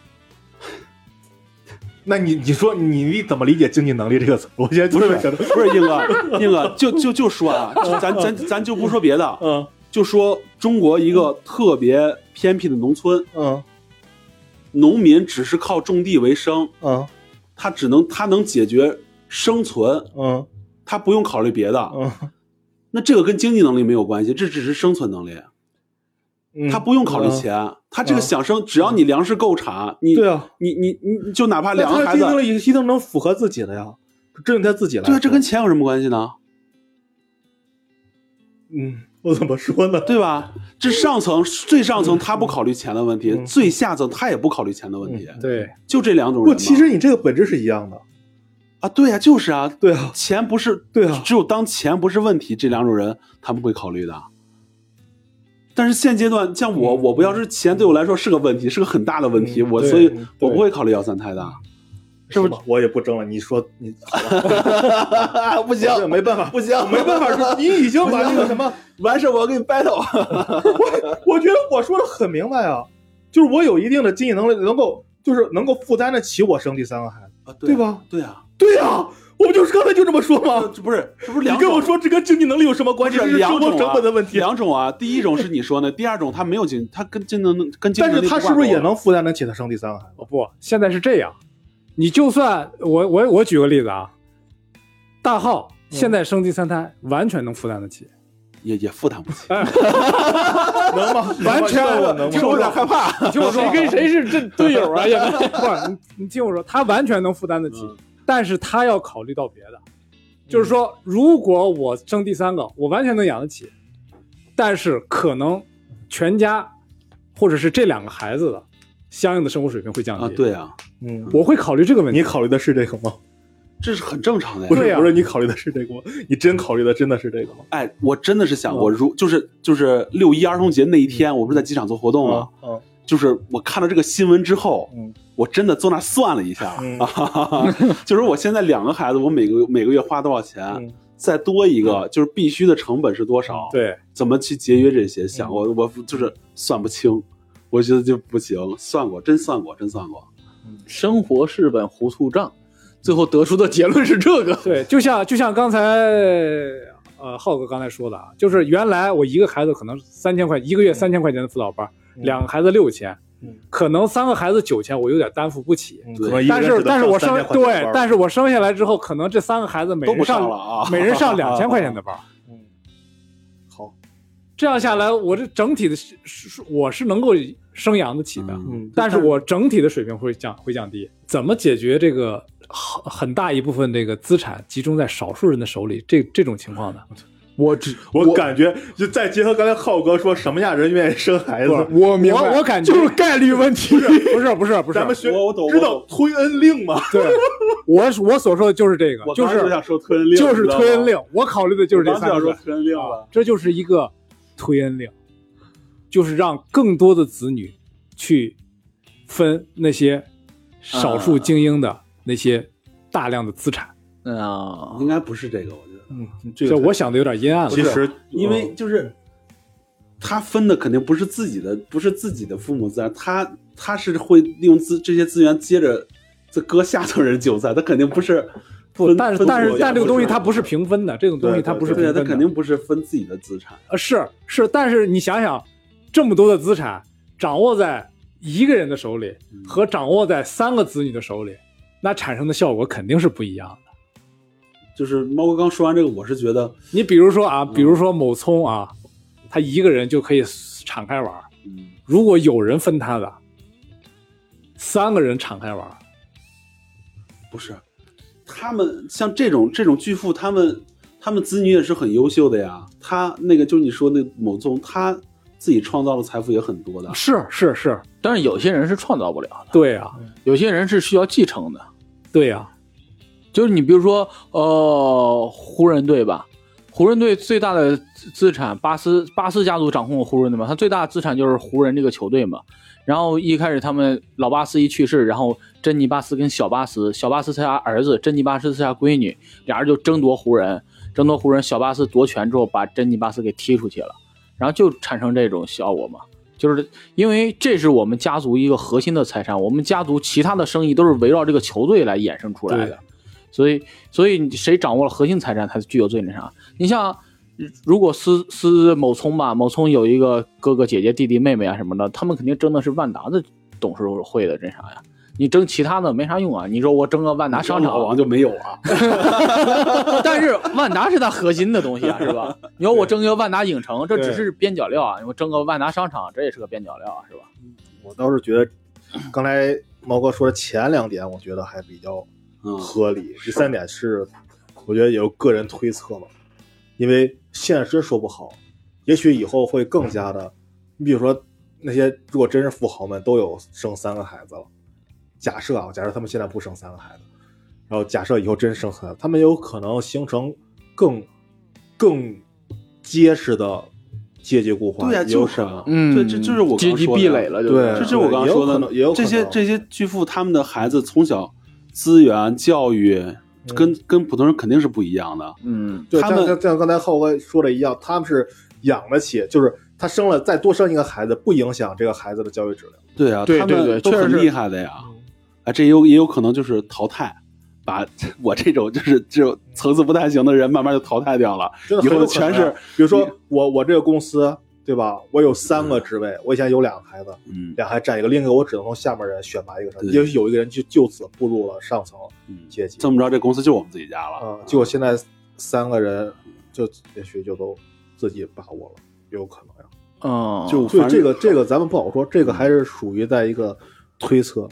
那你你说你你怎么理解经济能力这个词？ 我现在不特是别想到，不是硬哥，硬哥就就就说啊，咱咱咱就不说别的，嗯就说中国一个特别偏僻的农村，嗯农民只是靠种地为生，嗯他只能他能解决生存，嗯他不用考虑别的。嗯那这个跟经济能力没有关系，这只是生存能力，嗯，他不用考虑钱，他这个想生，只要你粮食够产，你对啊，你你你你就哪怕那两个他孩经子济，能力一定能符合自己的呀，针对他自己来对说。啊，这跟钱有什么关系呢？嗯，我怎么说 呢？对吧？这上层最上层他不考虑钱的问题，嗯最下层他也不考虑钱的问题，对就这两种人不，嘛。其实你这个本质是一样的。啊，对呀、就是啊，对啊，钱不是对啊只有当钱不是问题，这两种人他们会考虑的。但是现阶段，像我，我不要是钱对我来说是个问题，是个很大的问题，嗯我对所以嗯我对不会考虑要三胎的，是不是？我也不争了。你说你好吧不行我这没办法，不行，没办法说，你已经把那个什么，完事儿我要跟你 battle。我觉得我说的很明白啊，就是我有一定的经济能力，能够就是能够负担得起我生第三个孩子，啊对？吧？对啊，对呀、我不就是刚才就这么说啊吗？这不是，这不是你两跟种我说这跟经济能力有什么不关系？这是是两生活种成啊本的问题。两种啊，第一种是你说 的，第二种他没有经，他跟经能跟经但能是力他挂是不是钩也啊？能负担得起他生第三个孩子？哦不，现在是这样，你就算我我我举个例子啊，大浩嗯现在生第三胎完全能负担得起，也也负担不 起，能吗？ 完全我能吗听？我说害怕。 你听我说，谁跟谁是 这队友啊？也不，你你听我说，他完全能负担得起，嗯但是他要考虑到别的，就是说，如果我生第三个，我完全能养得起，但是可能全家或者是这两个孩子的相应的生活水平会降低。啊，，对啊，嗯，我会考虑这个问题。你考虑的是这个吗？这是很正常的呀。不是，呀不是，你考虑的是这个吗？你真考虑的真的是这个吗？哎，我真的是嗯想过，如就是就是六一儿童节那一天，我不是在机场做活动吗？嗯就是我看到这个新闻之后嗯，我真的坐那儿算了一下，嗯啊哈哈哈， 就是我现在两个孩子，我每个每个月花多少钱嗯，再多一个就是必须的成本是多 少，嗯对，嗯怎么去节约这些？想过我就是算不清，我觉得就不行，算过，真算过，真算过。生活是本糊涂账，最后得出的结论是这个。对，就像就像刚才呃浩哥刚才说的啊，就是原来我一个孩子可能三千块一个月三千块钱的辅导班，两个孩子六千，嗯可能三个孩子九千，我有点担负不起。嗯，对可能一个但人是只能但是上我三生天换班对儿，但是我生下来之后，可能这三个孩子每都人不上上了啊 每人上两千块钱的 班儿。嗯好，这样下来，我这整体的是是是我是能够生养得起的，嗯嗯，但是我整体的水平会降会降低。怎么解决这个很很大一部分这个资产集中在少数人的手里这这种情 况呢？ 我只 我感觉就再结合刚才浩哥说什么样人愿意生孩子，我明白，我我感觉就是概率问题。 不是不是不是咱，们学我我懂知我道推恩令吗？对，我我所说的就是这个，我就刚才是就想说推恩令，就是你知道吗推恩，令，我考虑的就是这我刚才三就个想说啊字，推恩令了。这就是一个推恩令，就是让更多的子女去分那些少数精英的那些大量的资产。啊，应该不是这个，我觉得， 嗯，这这个我想的有点阴暗了。其实因嗯为就是他分的肯定不是自己的，不是自己的父母资源，他他是会利用资这些资源接着再割下头人韭菜，他肯定不是不，分但是分但国是家但这个东西它不是是平分的，这种东西对它对不是平对啊，分的。他肯定不是分自己的资产，呃是是，但是你想想，这么多的资产掌握在一个人的手里和掌握在三个子女的手里，那产生的效果肯定是不一样的。就是猫哥刚说完这个，我是觉得，你比如说啊，比如说某聪啊，他一个人就可以敞开玩儿，嗯，如果有人分他的，三个人敞开玩儿，不是，他们像这种这种巨富，他们他们子女也是很优秀的呀。他那个就是你说那某宗，他自己创造的财富也很多的。是是是，但是有些人是创造不了的，对呀、有些人是需要继承的。对呀、就是你比如说，呃，湖人队吧，湖人队最大的资资产，巴斯巴斯家族掌控了湖人队嘛，他最大的资产就是湖人这个球队嘛。然后一开始他们老巴斯一去世，然后珍妮巴斯跟小巴斯，小巴斯是他儿子，珍妮巴斯是他闺女，俩人就争夺湖人，争夺湖人，小巴斯夺权之后把珍妮巴斯给踢出去了，然后就产生这种效果嘛。就是因为这是我们家族一个核心的财产，我们家族其他的生意都是围绕这个球队来衍生出来对的，所以所以谁掌握了核心财产，才具有最那啥。你像如果思思某聪吧，某聪有一个哥哥姐姐弟弟妹妹啊什么的，他们肯定争的是万达的董事会的那啥呀。你争其他的没啥用啊！你说我争个万达商场啊老，王就没有了， 但是万达是它核心的东西啊，是吧？你说我争一个万达影城，这只是边角料啊；我争个万达商场，这也是个边角料啊，是吧？嗯我倒是觉得刚才毛哥说的前两点，我觉得还比较嗯，合理。第三点是，我觉得也有个人推测嘛，因为现实说不好，也许以后会更加的。你比如说，那些如果真是富豪们都有生三个孩子了，假设啊，假设他们现在不生三个孩子，然后假设以后真生孩子，他们有可能形成更更结实的阶级固化。对呀、也有就是可啊能，嗯对，这就是我刚阶说级的壁垒了，就对这就是我刚刚也有说可的能也有，可这能些这些巨富他们的孩子从小资源教育嗯跟、跟普通人肯定是不一样的，嗯，对，他像们像像刚才浩哥说的一样，他们是养得起，就是他生了再多生一个孩子，不影响这个孩子的教育质量。对啊，对他对们对都确实很是厉害 的呀，啊，这也有也有可能就是淘汰。把 我这种就是这种层次不太行的人，慢慢就淘汰掉了。真的以很后有可全能是，比如说我我这个公司对吧？我有三个职位，我以前有两个孩子，嗯，俩孩子占一个，另一个我只能从下面人选拔一个上去，对也许有一个人就就此步入了上层嗯阶级。这么着，这公司就我们自己家了。啊、结果现在三个人就也许就都自己把握了，有可能呀。嗯，就所反以这正个这个咱们不好说，这个还是属于在一个推测。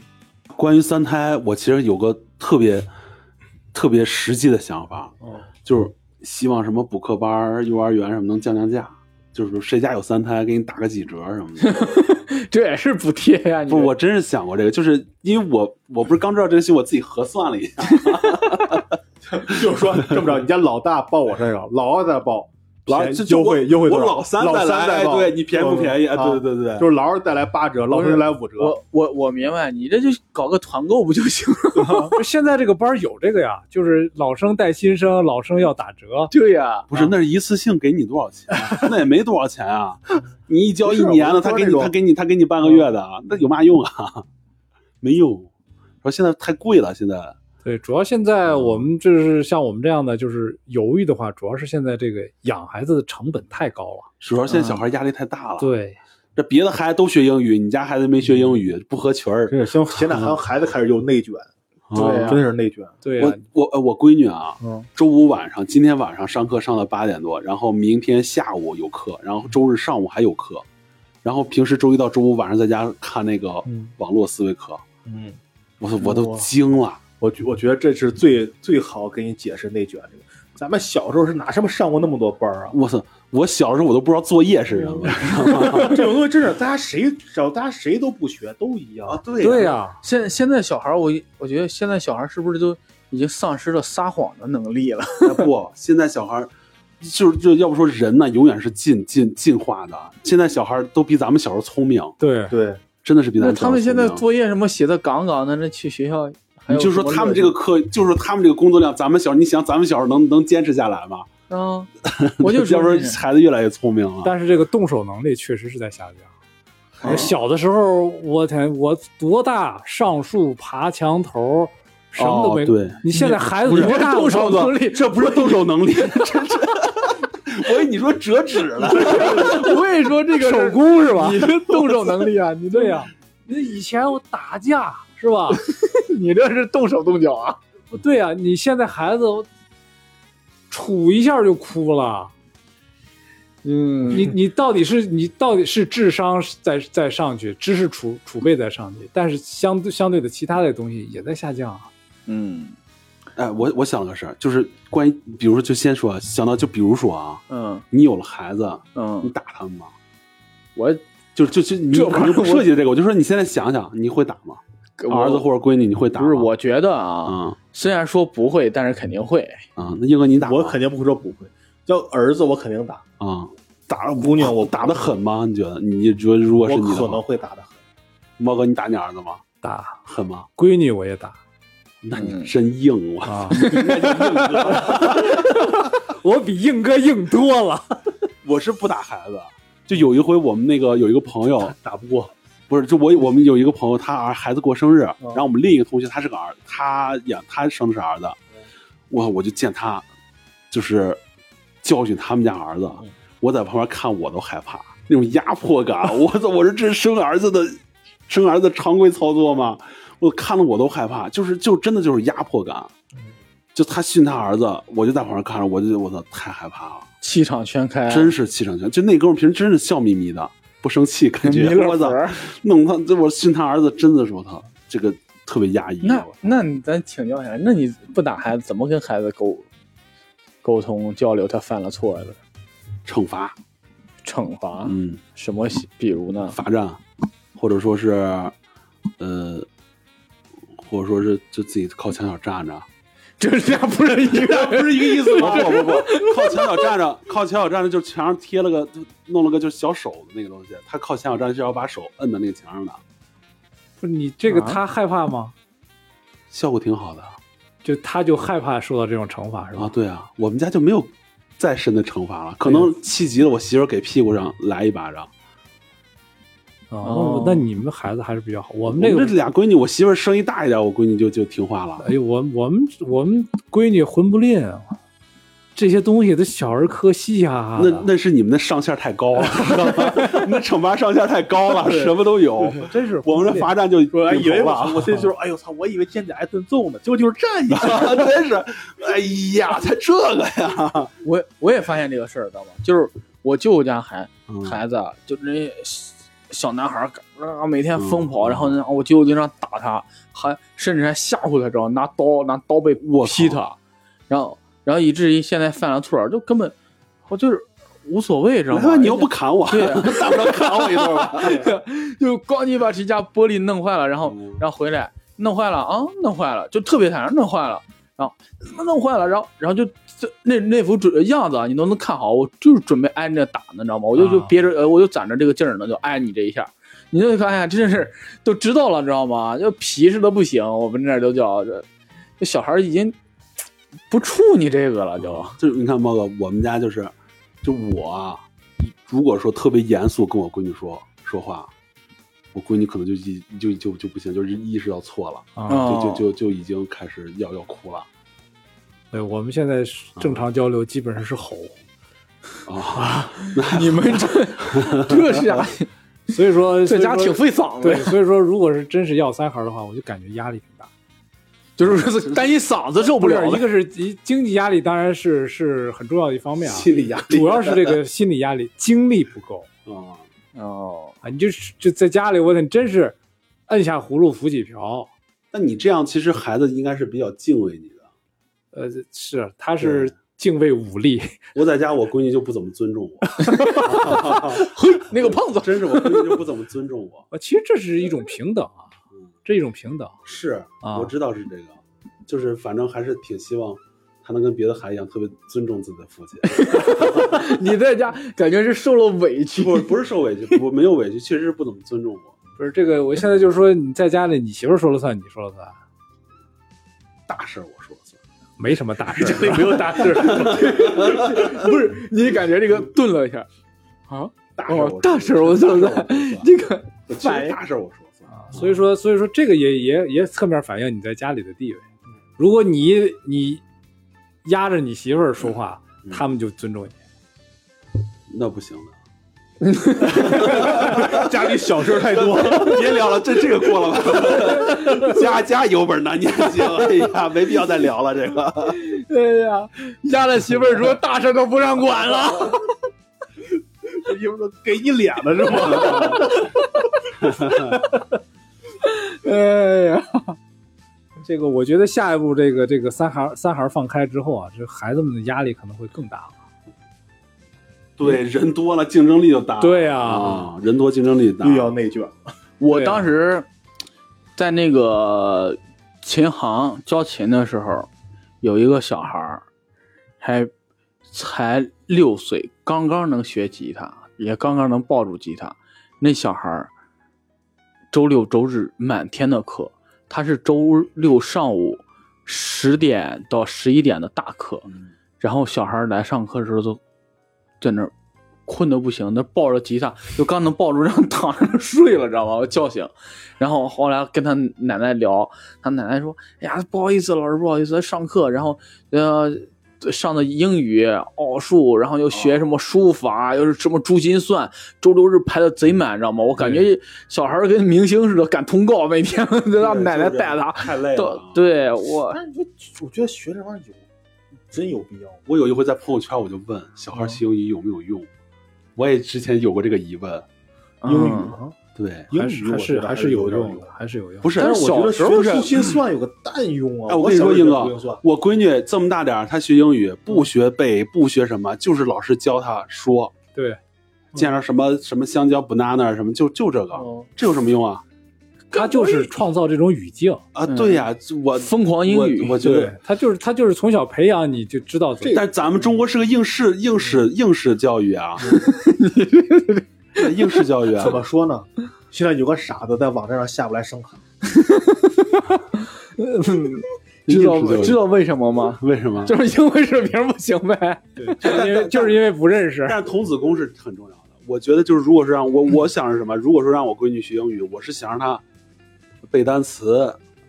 关于三胎，我其实有个特别特别实际的想法，哦就是希望什么补课班儿、幼儿园什么能降降价。就是谁家有三胎，给你打个几折什么 的。这也是补贴呀、你不，我真是想过这个，就是因为我我不是刚知道这个戏，我自己核算了一 下，就是说这么着，你家老大报我身上，老二再报，老便宜这就优惠优惠我多少？老三再来，再哎报，对你便宜不便宜？哎，啊对对对对，就是老二再来八折，老不是三来五折。我我我明白，你这就搞个团购不就行了？现在这个班儿有这个呀，就是老生带新生，老生要打折。 对呀、啊不是，那是一次性给你多少钱啊？ 那也没多少钱啊！你一交一年不的，是他我给是说你那种他给你他给你半个月的，那有嘛用啊？ 没用。说现在太贵了，现在对，主要现在我们就是像我们这样的，就是犹豫的话，主要是现在这个养孩子的成本太高了。主要现啊在小孩压力太大了。，对，这别的孩子都学英语，你家孩子没学英语，不合群儿。嗯真是，现现在还有孩子开始有内卷，对啊真是内卷。对呀、我我呃我闺女啊，嗯周五晚上，今天晚上上课上到八点多，然后明天下午有课，然后周日上午还有课，然后平时周一到周五晚上在家看那个嗯网络思维课，嗯，我都我都哇惊了。我觉我觉得这是最最好给你解释内卷这个。咱们小时候是哪什么上过那么多班儿啊？ 我操！我小时候我都不知道作业是什么，这种东西真是大家谁只要大家谁都不学都一啊样。对对呀、现现在小孩儿，我我觉得现在小孩儿是不是都已经丧失了撒谎的能力了？哎不，现在小孩儿就是就要不说人呢，永远是进进进化的。现在小孩儿都比咱们小时候聪明，对，对，真的是比咱那们小时他候们现在聪明作业什么写的杠杠的，那去学校还你有就什说么他们乐这个课，就是说他们这个工作量，咱们小，你想咱们小时候能能坚持下来吗？ 趣啊，我就要说不然这是孩子越来越聪明了。但是这个动手能力确实是在下降。小的时候，我天，我多大上树爬墙头，什么都没。哦对，你现在孩子不是多大了？动手能力，这不是动手能力，这是。我以为你说折纸了， 我跟你说，这个手工是吧？你这动手能力啊，你对呀、你这以前我打架是吧？ 你这是动手动脚啊？不对呀、你现在孩子我杵一下就哭了。嗯，你你到底是你到底是智商在在上去，知识储储备在上去，但是相对相对的其他的东西也在下降啊。嗯 哎，我我想了个事儿，就是关于，比如说，就先说，想到就比如说啊，嗯你有了孩子，你嗯，打他们吗？我就就就你这肯定不玩意儿我涉及这个，我就说你现在想想，你会打吗？我儿子或者闺女，你会打吗？不是，我觉得啊，啊虽然说不会，但是肯定会。啊，那英哥你打吗？我肯定不会说不会，叫儿子我肯定打，啊，打姑娘我打的狠吗？你觉得？你觉得如我果是你的可话能会打的狠。 猫哥，你打你儿子吗？打狠吗？闺女我也打那你嗯真硬我。啊，我比硬哥硬多了。我是不打孩子，就有一回我们那个有一个朋友打不过，哦不是，就我我们有一个朋友，他儿孩子过生日，然后我们另一个同学他是个儿，他养他生的是儿子，我我就见他就是教训他们家儿子，我在旁边看我都害怕，那种压迫感， 我操，我说这是生儿子的生儿子常规操作吗？我看的我都害怕，就是就真的就是压迫感。就他训他儿子，我就在旁边看着，我就我操，太害怕了。气场全开，真是气场强。就那哥们儿平时真是笑眯眯的，不生气，感觉弥勒我操佛，弄他这我训他儿子真的是我操，这个特别压抑。那我那你咱请教一下，那你不打孩子，怎么跟孩子沟沟通交流？他犯了错的惩罚，惩罚、嗯，什么行？比如呢？罚站，或者说是，呃，或者说是就自己靠墙角站着。 这俩不是一个，不是一个意思不 不不不，靠墙角站着，靠墙角站着，就墙上贴了个，弄了个就是小手的那个东西。他靠墙角站着是要把手摁在那个墙上的，不 是你这个啊他害怕吗？效果挺好的就他就害怕受到这种惩罚是吧啊。？对啊，我们家就没有再深的惩罚了，可能气急了，我媳妇儿给屁股上来一巴掌。啊、哦那你们孩子还是比较好。我们我这们个这俩闺女，我媳妇儿声音大一点，我闺女就就听话了。哎呦，我我们我们闺女魂不吝啊，这些东西都小儿科，啊嘻嘻哈哈那的。那是你们的上限太高了，知道吗？那惩罚上限太高了，什么都有。真是我们这罚站就说哎，以为顶头我了，我这就是哎呦操，我以为天得挨顿揍呢，结果就是站一下。 真是，哎呀，才这个呀！我我也发现这个事儿，知道吗？就是我舅舅家孩嗯孩子，就那小男孩儿，啊，每天疯跑，嗯然后呢，我舅舅经常打他，还甚至还吓唬他，知道吗拿刀拿刀背我靠劈他，然后然后以至于现在犯了错儿，就根本我就是无所谓，知道来吗？吧，你又不砍我， 对大不了砍我一顿吧。就咣叽把谁家玻璃弄坏了，然后嗯然后回来弄坏了啊，弄坏了，就特别惨，弄坏了，然后弄坏了，然后然后就这那那副准样子啊，你都能看好，我就是准备挨着打呢，你知道吗？我就就啊憋着，呃我就攒着这个劲儿呢，就挨你这一下。你就看，哎呀，真是都知道了，你知道吗？就皮实的不行，我们这儿都叫这，这小孩儿已经不怵你这个了，就啊就是你看猫哥，我们家就是，就我啊，如果说特别严肃跟我闺女说说话，我闺女可能就意就就就不行，就是意识到错了，啊，嗯就就就就已经开始要要哭了对，哎我们现在是正常交流基本上是吼，啊。你们这 这是啥？ 所以说这家挺所以费嗓说对子，，所以说如果是真是要三孩儿的话，我就感觉压力挺大。就是说单一嗓子受不不了是，了一。个是一经济压力，当然是是很重要的一方面 啊，心理压力主要是这个心理压力，精力不够啊，哦，啊。你就是就在家里，我得真是摁下葫芦浮几瓢。那你这样其实孩子应该是比较敬畏你的。呃，是，他是敬畏武力，我在家，我闺女就不怎么尊 重我，嘿，那个胖子，真是我闺女就不怎么尊重我。呃其实这是一种平等啊，嗯这是一种平等。是，啊我知道是这个，就是反正还是挺希望他能跟别的孩子一样，特别尊重自己的父亲。你在家感觉是受了委 屈。不不是受委屈，我没有委屈，确实是不怎么尊重我。不是这个，我现在就是说，你在家里，你媳妇儿说了算，你说了算，大事儿我说了算，没什么大事儿。没有大事，不是你感觉这个顿了一下啊，大事儿我哦说，大事儿我怎么大事儿的我说了算？这个我其实大事儿我说了算啊 所以说，所以说这个也也也侧面反映你在家里的地位。嗯如果你你压着你媳妇儿说话，嗯他们就尊重你。那不行的。 家里小事儿太多，别聊了，这这个过了吧。家家有本难念的经，哎呀，没必要再聊了。这个对哎呀，压了媳妇儿说大事可不让管了。媳妇说给你脸了是吗？哎呀，这个我觉得下一步这个这个三孩三孩放开之后啊，这孩子们的压力可能会更大了。 对人多了，竞争力就大了。对啊啊，人多竞争力大又。要内卷，我对啊当时在那个琴行教琴的时候，有一个小孩儿，还才六岁，刚刚能学吉他，也刚刚能抱住吉他。那小孩儿周六周日满天的课，他是周六上午十点到十一点的大课，嗯然后小孩儿来上课的时候都在那儿困的不行，那抱着吉他就刚能抱住，然后躺着睡了，知道吗？我叫醒，然后后来跟他奶奶聊，他奶奶说：“哎呀，不好意思，老师不好意思，上课，然后呃。”上的英语、奥数，然后又哦学什么书法，又是什么珠心算，周六日排的贼满，知道吗？我感觉小孩儿跟明星似的，赶通告，每天 都对让奶奶带就是他。太累都了。，对我，但是你说，我觉得学这玩意儿有真有必要吗。我有一回在朋友圈我就问小孩学英语有没有用，我也之前有过这个疑问。英语嗯啊，对，英还语是还我觉是得还还是有点用的，还是有用。不是，是，但是是我觉我得觉学得学这珠心算有个蛋用啊！哎，我跟你说，小时英候哥学珠心算，我闺女这么大点儿，她学英语不学背，不学什么，就是老师教她说，对，见着什么什么香蕉、banana 什么，就就这个，嗯这有什么用啊？他就是创造这种语境。啊，嗯对呀、我疯狂英语我我觉得，对，他就是他就是从小培养你就知道怎么 但咱们中国是个应试应试嗯应试教育啊， 应试教育啊怎，么说呢？现在有个傻子在网站上下不来声卡，知应试教道育知道为什么吗？为什么？就是因为水平不行呗。对， 就是因为就是因嗯为不认识。但是童子功是很重要的。我觉得就是，如果是让我，我想是什么？如果说让我闺女学英语，我是想让她背单词，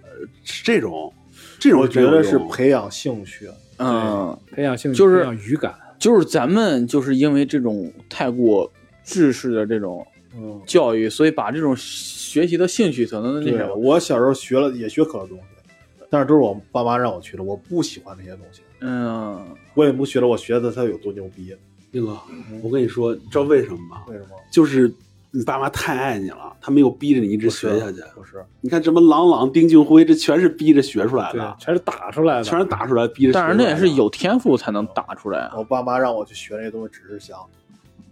呃，是这种，这种我觉得真是有用培养兴趣。嗯，培养兴趣，就是培养语感。就是咱们就是因为这种太过制式的这种嗯，教育，所以把这种学习的兴趣可能那对什，么，我小时候学了也学可多东西，但是都是我爸妈让我去的，我不喜欢这些东西，嗯，我也不觉得我学的它有多牛逼。那个，嗯我跟你说，你知道为什么吗？为什么？就是你爸妈太爱你了，他没有逼着你一直不学是下去。不是，你看什么郎朗、丁俊晖，这全是逼着学出来对的，，啊全是打出来的，，全是打出来逼着学出来的。但是那也是有天赋才能打出来啊。我爸妈让我去学这些东西，只是想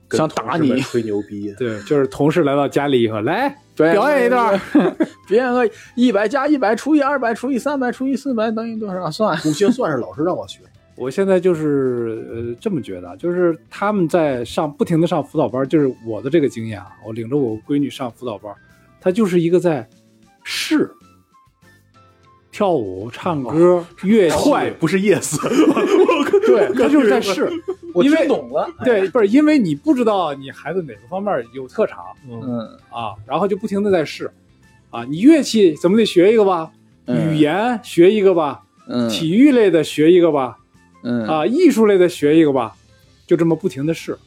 跟想打同事们你吹牛逼对，就是同事来到家里以后，来表演一段，， 表演个一百加一百除以二百除以三百除以四百等于多少？算古星算是老师让我学，我现在就是呃这么觉得，就是他们在上不停的上辅导班，就是我的这个经验啊，我领着我闺女上辅导班，她就是一个在试跳舞、唱歌、哦乐器，不是 yes，对，她就是在试。 我因为听懂了，对，不是因为你不知道你孩子哪个方面有特长嗯，嗯，啊，然后就不停的在试啊，你乐器怎么得学一个吧，嗯语言学一个吧，嗯体育类的学一个吧，嗯啊，艺术类的学一个吧，就这么不停的试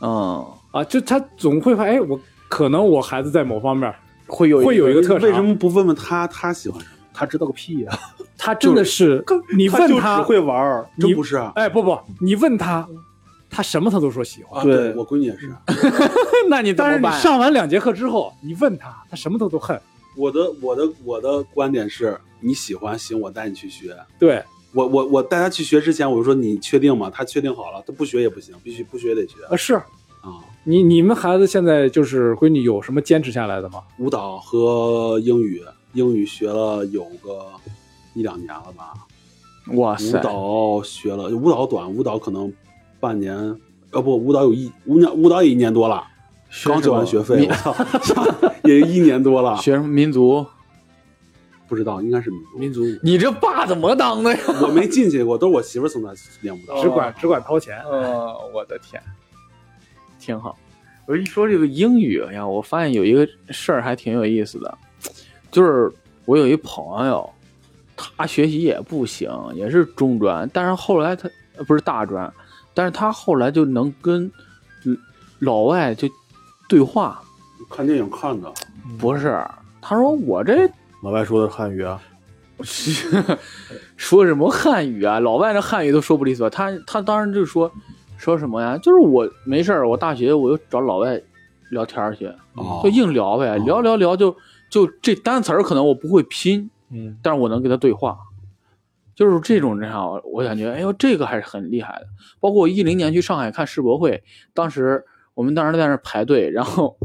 嗯，啊，就他总会发现，哎，我可能我孩子在某方面会有会有一个特为什长，么不问问他他喜欢什么？他知道个屁呀，他真的是你他问就他只，会玩儿，你真不是啊？哎，不不，你问他，他什么他都说喜欢。啊对我闺女也是。那你怎当么然，你办上完两节课之后，你问他，他什么他都恨。我的我的我的观点是，你喜欢行，我带你去学。对，我我我带他去学之前，我就说你确定吗？他确定好了，他不学也不行，必须不学也得学呃，是啊。你你们孩子现在就是闺女有什么坚持下来的吗？舞蹈和英语，英语学了有个一两年了吧。哇舞塞，蹈学了，舞蹈短，舞蹈可能半年，呃不，舞蹈有一舞蹈舞蹈也一年多了，刚交完学费，我操，也一年多了，学什么民族？不知道应该是民族，你这爸怎么当的呀？我没进去过，都是我媳妇儿送他练舞蹈。只管只管掏 钱，呃，我的天，挺好。我一说这个英语哎呀，我发现有一个事儿还挺有意思的，就是我有一朋友，他学习也不行，也是中专，但是后来他呃不是大专，但是他后来就能跟嗯老外就对话，看电影看的，不是？他说我这老外说的是汉语啊， 说什么汉语啊，老外那汉语都说不利索。他他当时就说说什么呀？就是我没事儿，我大学我就找老外聊天儿去，哦就硬聊呗，聊聊聊就就这单词儿可能我不会拼，嗯，但是我能跟他对话，就是这种这样，我感觉哎呦这个还是很厉害的。包括我一零年去上海看世博会，当时我们当时在那儿排队，然后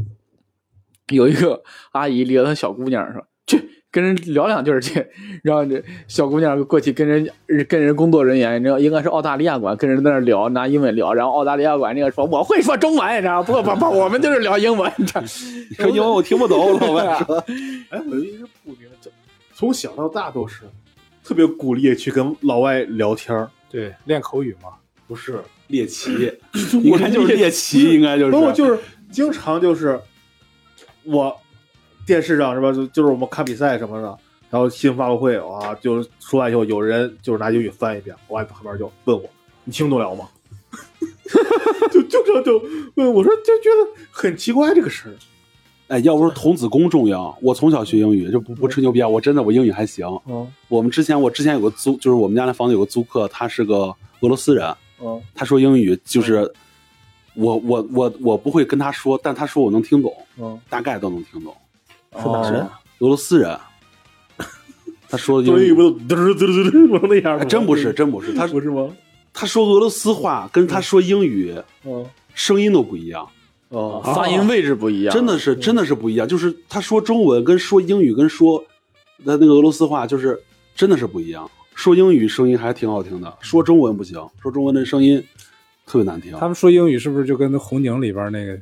有一个阿姨领着她小姑娘说去。跟人聊两句儿去，然后这小姑娘过去跟人跟人工作人员，那应该是澳大利亚馆，跟人在那儿聊，拿英文聊，然后澳大利亚馆那个说我会说中文，你知道吗不不不，我们就是聊英文，你知道吗你说英文我听不 懂，啊老外说。哎，我一直不明白，从小到大都是特别鼓励去跟老外聊天儿，对，练口语嘛。不是，猎奇，应该就是猎奇，应该就是。不，我就是经常就是我电视上是吧，就就是我们看比赛什么的，然后新闻发布会啊，就是说完以后，有人就是拿英语翻一遍，我在旁边就问我，你听得了吗？ 就经常就问我说，就觉得很奇怪这个事儿。哎，要不是童子功重要，我从小学英语，就不不吹牛逼啊，我真的我英语还行。嗯我们之前我之前有个租，就是我们家那房子有个租客，他是个俄罗斯人，嗯，他说英语就是我我我我不会跟他说，但他说我能听懂，嗯，大概都能听懂。啊是哪人？俄罗斯人，他说的英哦英语语不都嘚嘚嘚嘚不成那样哎吗？真不是真不是，他不是吗？他说俄罗斯话跟他说英语嗯声音都不一样，哦发音位置不一样，真的是真的是不一样。就是他说中文跟说英语跟说那那个俄罗斯话，就是真的是不一样。说英语声音还挺好听的，说中文不行，说中文那声音特别难 听。他们说英语是不是就跟那红警里边那个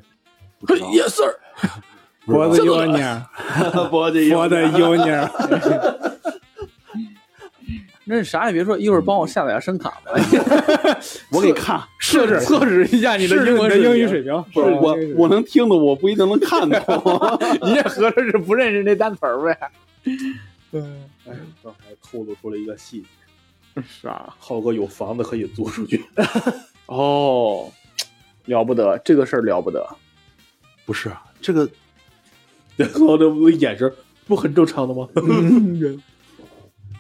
不知道 Yes sir，脖哎 子有你儿，脖子脖子有你儿，那啥也别说，一会儿帮我下载下声卡吧，我给你看，试试测试一下你的是英你文的英语水水平。不是我我能听懂，我不一定能看 懂。平，你也合着是不认识那单词儿呗？哎，刚才透露出了一个细节，是啊，浩哥有房子可以租出去。哦，了不得，这个事儿了不得，不是这个， 然后这不眼神不很正常的吗？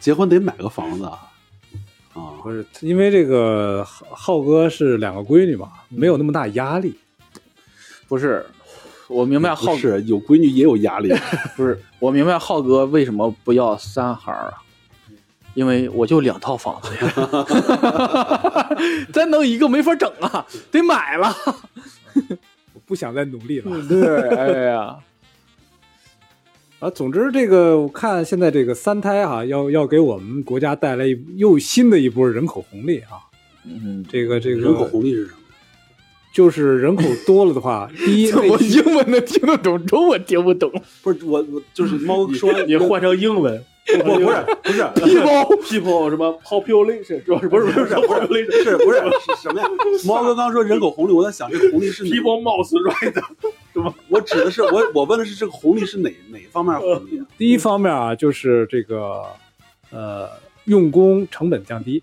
结婚得买个房子啊！啊不是因为这个浩浩哥是两个闺女嘛，没有那么大压力。不是。我明白浩不是有闺女也有 压力，不是，我明白浩哥为什么不要三孩儿啊，因为我就两套房 子呀，咱弄一个没法整啊，得买了。我不想再努力了。对，哎呀，啊，总之这个我看现在这个三胎哈、要要给我们国家带来一又新的一波人口红利啊。 嗯，这个这个人口红利是什么？就是人口多了的话，第一我那英文能听得懂，中文听不 懂。。不是我我就是猫说你换成英文，我 不是不是 people people 什么 population 是吧？不是不不是是不是 population 是不是是什么 呀？猫哥刚说人口红利，我在想这个红利是哪？ people mouse right 我指的是我我问的是这个红利是哪哪方面红利啊？第一方面啊，就是这个呃用工成本降低，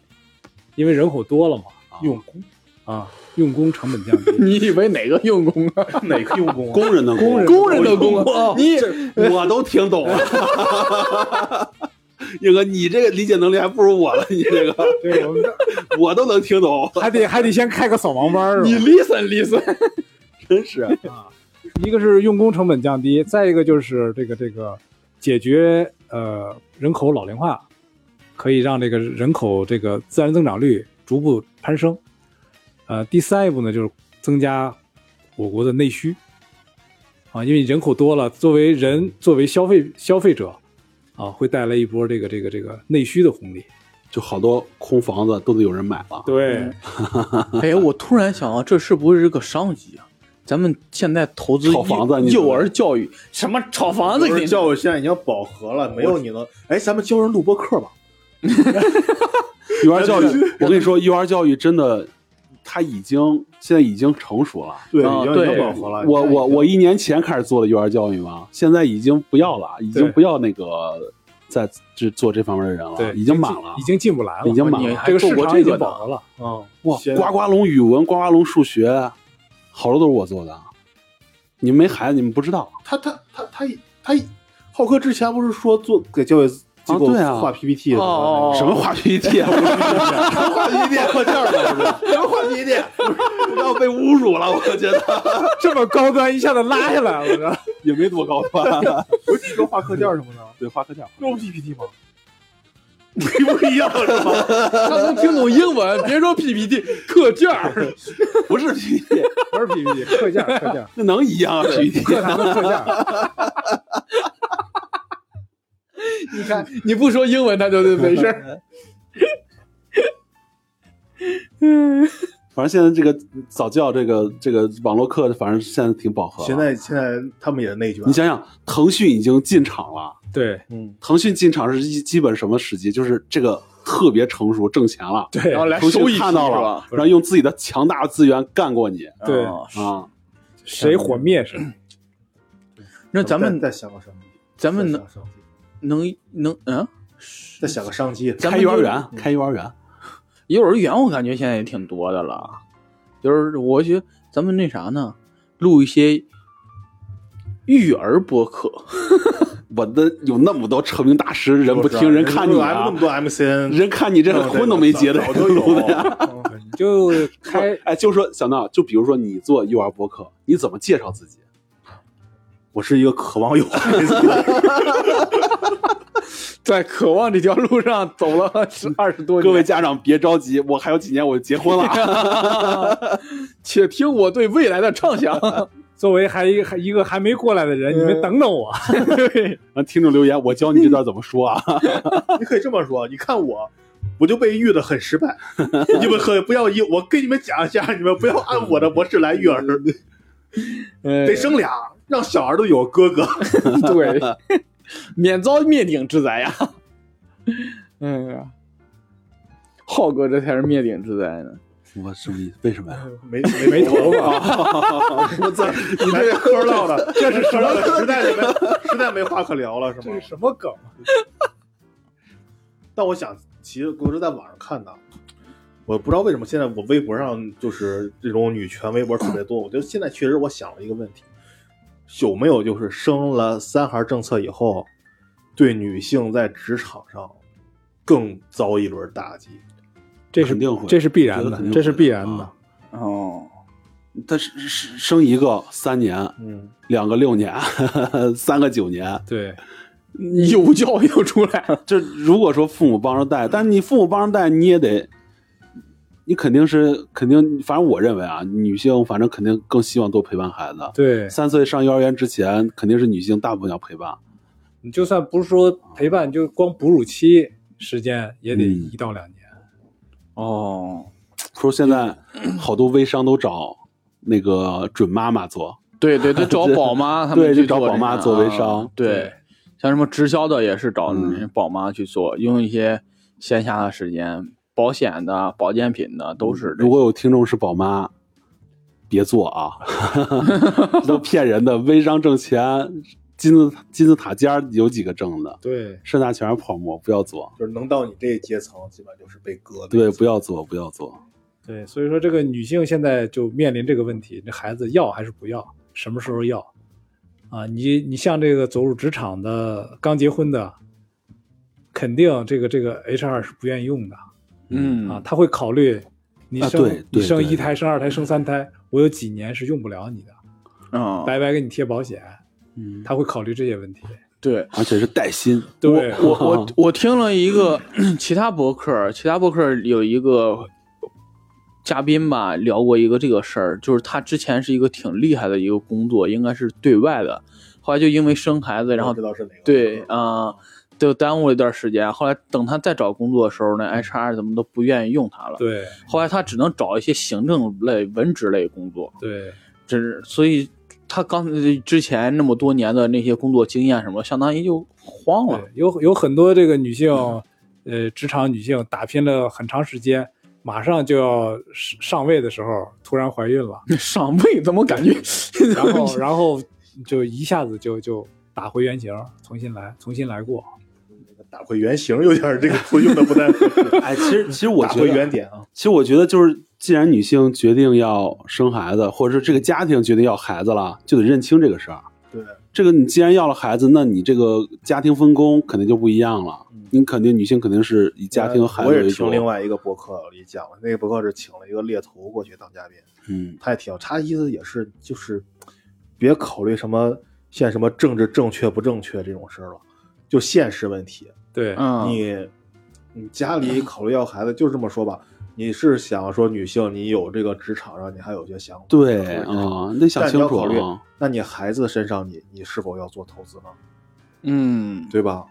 因为人口多了嘛，用工啊用工成本降低你以为哪个 用工啊？哪个用工啊？工人的工人工人的工啊？你我都听懂了。 英哥，你这个理解能力还不如我了，你这个对，我们这我都能听懂，还得还得先开个扫盲班儿。啊你 listen listen，真是一个是用工成本降低，再一个就是这个这个解决呃人口老龄化，可以让这个人口这个自然增长率逐步攀升。呃，第三一步呢，就是增加我国的内需啊，因为人口多了，作为人作为消费消费者啊，会带来一波这个这个这个内需的红利。啊就好多空房子都得有人买了。对哎，我突然想啊，这是不是个商机啊？咱们现在投资炒房子你幼儿教育，什么炒房子不给是你？教育现在已经饱和了，没有你能。哎，咱们教人录播课吧。幼儿教育，我跟你说，幼儿教育真的，它已经现在已经成熟了。对，啊已经已经对饱和了。我我你看我一年前开始做的幼儿教育嘛，现在已经不要了，已经对不要那个在这做这方面的人了，对，已经满了已，经进不来了，已经满你了。还这个做市过场这已个经呢饱？和了。嗯，哇先，呱呱龙语文、呱呱龙数学，好多都是我做的。你们没孩子，你们不知道。他他他他他，浩哥之前不是说做给教育机构对啊画 PPT 的吗？哦什么话 PPT 啊？ 画 PPT 课件了，不是？什么画 PPT？要被侮辱了，我觉得这么高端一下子拉下来了，也没多高端。不是你说画课件什么的？对，画课件，用 PPT 吗？不一样是吧？他能听懂英文，别说 PPT 课件儿，不是 PPT，不是 PPT 课件课件。那能一样啊？PPT 课堂的课件，你看你不说英文，他就没事儿。反正现在这个早教这个这个网络课，反正现在挺饱和了。现在现在他们也内卷你，想想，腾讯已经进场了。 对嗯，腾讯进场是基基本什么时机？就是这个特别成熟，挣钱了。对然后来腾收益讯看到是了吧，然后用自己的强大资源干过你对啊啊！谁火灭谁。那咱们嗯再再想个商机，咱们再能想商机能能嗯，再想个商机，咱开们幼儿就园，嗯开幼儿园，幼儿园我感觉现在也挺多的了，就是我觉得咱们那啥呢，录一些育儿播客，我的有那么多成名大师，人不听人看你那啊么，多 MCN，人看你这婚都没结的，早都有的 呀。你就开哎，就说小闹，就比如说你做幼儿播客，你怎么介绍自己？我是一个渴望有孩子的人，在渴望这条路上走了是二十多年。各位，家长别着急，我还有几年我就结婚了。啊 且听我对未来的畅 想。哎作为还一还一个还没过来的人，你们等等我。然后听众留言，我教你这段怎么说啊？ 你可以这么说，你看我。我就被育的很失败，你们可不要以我跟你们讲一下，你们不要按我的模式来育 儿，得得生俩，让小孩都有哥哥。对，免遭灭顶之灾 呀。哎呀，浩哥这才是灭顶之灾呢。我什么意思？为什么呀？没没没头发， 我操！你这嗑唠的，这是什么？实在没实在没话可聊了，是吗？什么梗？啊但我想，其实我是在网上看的，我不知道为什么现在我微博上就是这种女权微博特别多。我觉得现在确实，我想了一个问题，有没有就是生了三孩政策以后，对女性在职场上更遭一轮打击？这是肯定会这是必然我觉得的肯，定会这是必然的啊。哦，他是是生一个三年，嗯，两个六年， 三个九年。对，幼教又出来了。就如果说父母帮着带，但你父母帮着带，你也得你肯定是肯定，反正我认为啊，女性反正肯定更希望多陪伴孩子。对，三岁上幼儿园之前，肯定是女性大部分要陪伴。你就算不是说陪伴，就光哺乳期时间也得嗯一到两年。哦，说现在好多微商都找那个准妈妈做，对对，他找对 宝妈，他对们去就找做宝这妈个做微啊商对对，像什么直销的也是找那些嗯宝妈去做，用一些线下的时间，保险的、保健品的都是嗯这如果有听众是宝妈，别做 啊， 都骗人的，微商挣钱，金字金字塔尖儿有几个挣的，对，剩下全是泡沫，不要做。就是能到你这阶层，基本就是被割的。对，不要做，不要做。嗯对，所以说这个女性现在就面临这个问题：这孩子要还是不要？什么时候要？啊，你你像这个走入职场的刚结婚的，肯定这个这个 HR 是不愿意用的嗯啊，他会考虑你啊生、对你对生对一胎、生二胎、生三胎，我有几年是用不了你的，哦嗯，白白给你贴保险，嗯，他会考虑这些问题。对。而且是带薪。对， 我我我听了一个 其他博客，其他博客有一个嘉宾吧聊过一个这个事儿，就是他之前是一个挺厉害的一个工作，应该是对外的，后来就因为生孩子，然后哦知道是哪个。嗯对啊、就耽误了一段时间。后来等他再找工作的时候呢，HR 怎么都不愿意用他了。对后来他只能找一些行政类、文职类工作。对这是所以他刚呃之前那么多年的那些工作经验什么，相当于就荒了。对，啊有有很多这个女性，呃，职场女性打拼了很长时间，马上就要上上位的时候，突然怀孕了， 上位怎么感觉？然后然后就一下子就就打回原形，重新来，重新来过。打回原形有点儿这个词用的 不太合适哎，其实其实我打觉回原得，点啊，其实我觉得就是，既然女性决定要生孩子，或者是这个家庭决定要孩子了，就得认清这个事儿。对，这个你既然要了孩子，那你这个家庭分工肯定就不一样了。你肯定女性肯定是以家庭和孩子嗯呃我为也主听。另外一个博客里讲了，那个博客是请了一个猎头过去当嘉宾，嗯，他也挺，他意思也是就是，别考虑什么现在什么政治正确不正确这种事儿了，就现实问题。对，嗯，你你家里考虑要孩子，就这么说吧，你是想说女性你有这个职场上你还有些想法，对是不是啊，那想但你清要楚考虑啊。，那你孩子身上你你是否要做投资呢？嗯，对吧？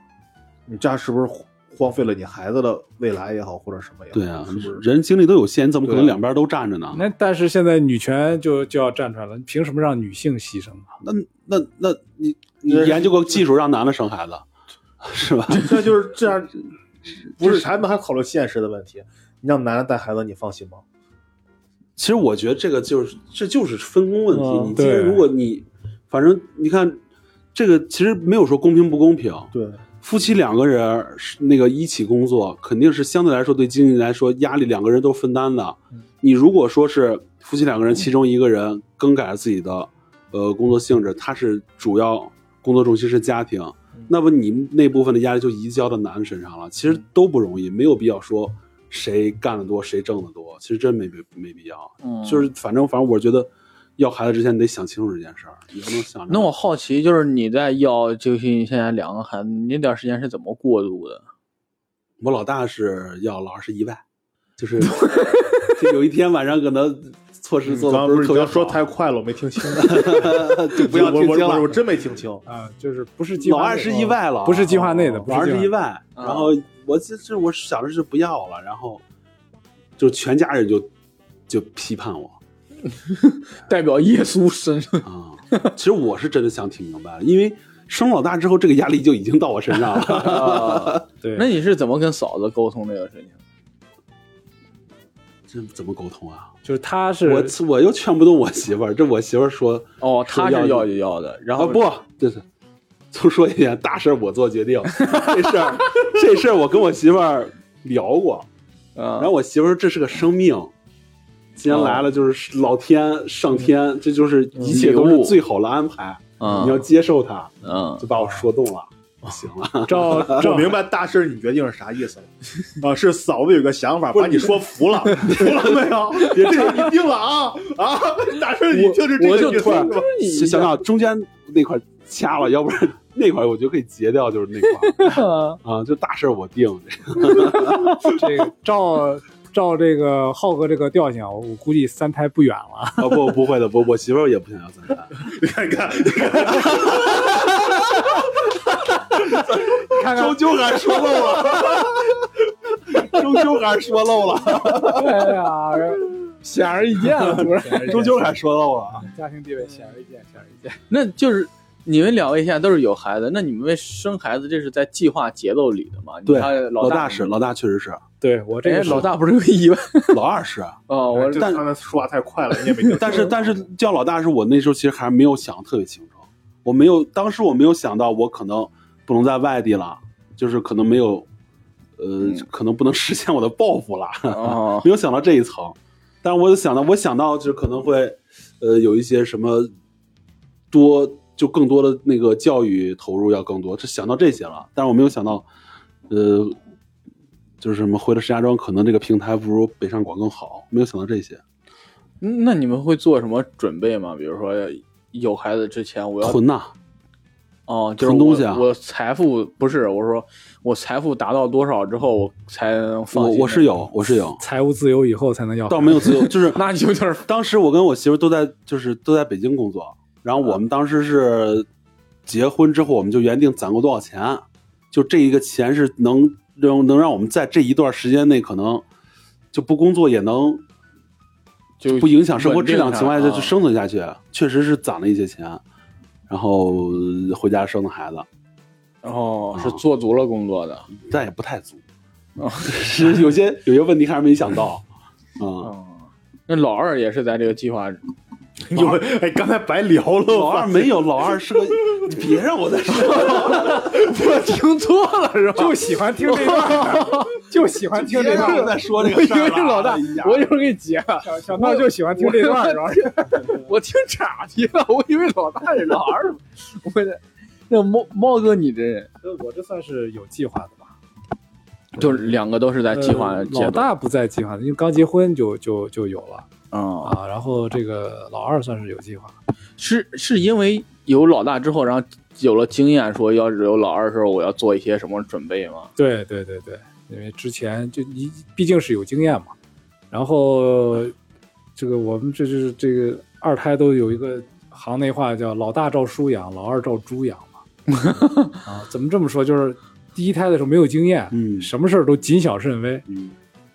你这样是不是荒荒废了你孩子的未来也好，或者什么也好？对啊是不 是，？人精力都有限，你怎么可能对啊两边都站着呢？那但是现在女权就就要站出来了，你凭什么让女性牺牲啊？那那那你你研究个技术让男的生孩子， 是吧？ 这就是这样，不是他们还考虑现实的问题。你让男的带孩子，你放心吗？其实我觉得这个就是这就是分工问题。嗯你今天对如果你反正你看这个其实没有说公平不公平，对，夫妻两个人儿是那个一起工作，肯定是相对来说对经济来说压力两个人都分担的。嗯你如果说是夫妻两个人其中一个人更改了自己的呃工作性质，他是主要工作重心是家庭，嗯那么你那部分的压力就移交到男人身上了。其实都不容易，没有必要说谁干得多谁挣得多，其实真没必没必要。嗯就是反正反正我觉得要孩子之前你得想清楚这件事儿，你不能想着那我好奇，就是你在要就是你现在两个孩子，你那段时间是怎么过渡的？我老大是要了二十一万，就是就有一天晚上可能措嗯施做刚的刚不不是是你特别刚好，说太快了，我没听清。 就不要我听我清我我了，真 没听清。啊，就是不是计老划二内十一万了，哦不是计划内的，不二是十计一划。万，嗯然后我这这我想着是不要了，然后就全家人就就批判 我代表耶稣身上，啊，其实我是真的想挺明白了，因为生老大之后这个压力就已经到我身上 了， 对，啊那你是怎么跟嫂子沟通这个事情？这怎么沟通啊？就是他是我我又劝不动我媳妇儿，这我媳妇儿说哦，他是是要要就要的，然啊后嗯不，就是重说一遍，大事儿我做决定。这事 儿，这事儿我跟我媳妇儿聊过，然然后我媳妇儿说这是个生命，今天啊来了就是老天上天，这就是一切都嗯礼是物最好的安排，嗯你要接受它，嗯就把我说动了。行了，照 我照明白大师你决定是啥意思了啊？是嫂子有个想法，把你说 服了，服了没有？别这个你定了啊啊！大师你就是这我个就意思突然是吧？哎就想到中间那块掐了，要不然那块我觉得可以截掉，就是那块儿啊，就大事儿我定。这个照照这个浩哥这个调性，我估计三胎不远了。 啊不不会的，不我媳妇儿也不想要三胎，你看你看，看看，究还说漏 了，终究还说漏了，对呀，显而易见了，突然。终究还说漏了。 啊家庭地位显而易见，显而易见。那就是你们两位现在都是有孩子，那你们为生孩子这是在计划节奏里的吗？你对看，老老大大是老大，确实 是对我这哎，个老大不是有意外老二是，哦，我这但。刚才说话太快了，你也没听但是但是叫老大是我那时候其实还没有想得特别清楚，我没有当时我没有想到我可能不能在外地了，就是可能没有，呃，嗯可能不能实现我的抱负了。哦，没有想到这一层，但是我有想到，我想到就是可能会，呃，有一些什么多就更多的那个教育投入要更多，是想到这些了，但是我没有想到，呃，就是什么回了石家庄，可能这个平台不如北上广更好，没有想到这些，嗯那你们会做什么准备吗？比如说有孩子之前，我要囤呐、哦，就是囤东西我啊我财富不是我说我财富达到多少之后，我才能放我心我是有，我是有，财务自由以后才能要孩子，倒没有自由，就是那，那你有点儿当时我跟我媳妇都在就是都在北京工作，然后我们当时是结婚之后，我们就原定攒够多少钱，就这一个钱是能能能让我们在这一段时间内可能就不工作也能就不影响生活质量稳定啊情况下上就就生存下去，确实是攒了一些钱，然后呃回家生的孩子，啊哦，啊是做足了工作的。但也不太足哦，是有些有些问题还是没想 到，嗯，哦，那老二也是在这个计划 有哎，刚才白聊了，老 二没有，老二是个，你别让我再说了。我听错了 是吧？就喜欢听这 段，就喜欢听 这 段。在说这我以为是老哎大，我一会儿给你截了。小小闹就喜欢听这段，主要是我听岔题了，我以为老大是老二。我这那猫猫哥，你这我这算是有计划的吧？就是两个都是在啊计划呃阶老段大不在计划，因为刚结婚就就就有了啊，啊。然后这个老二算是有计划，是是因为有老大之后，然后有了经验，说要是有老二的时候，我要做一些什么准备吗？对对对对，因为之前就你毕竟是有经验嘛。然后这个我们这就是这个二胎都有一个行内话叫“老大照书养，老二照猪养”嘛。啊，怎么这么说？就是第一胎的时候没有经验，嗯什么事儿都谨小慎微。嗯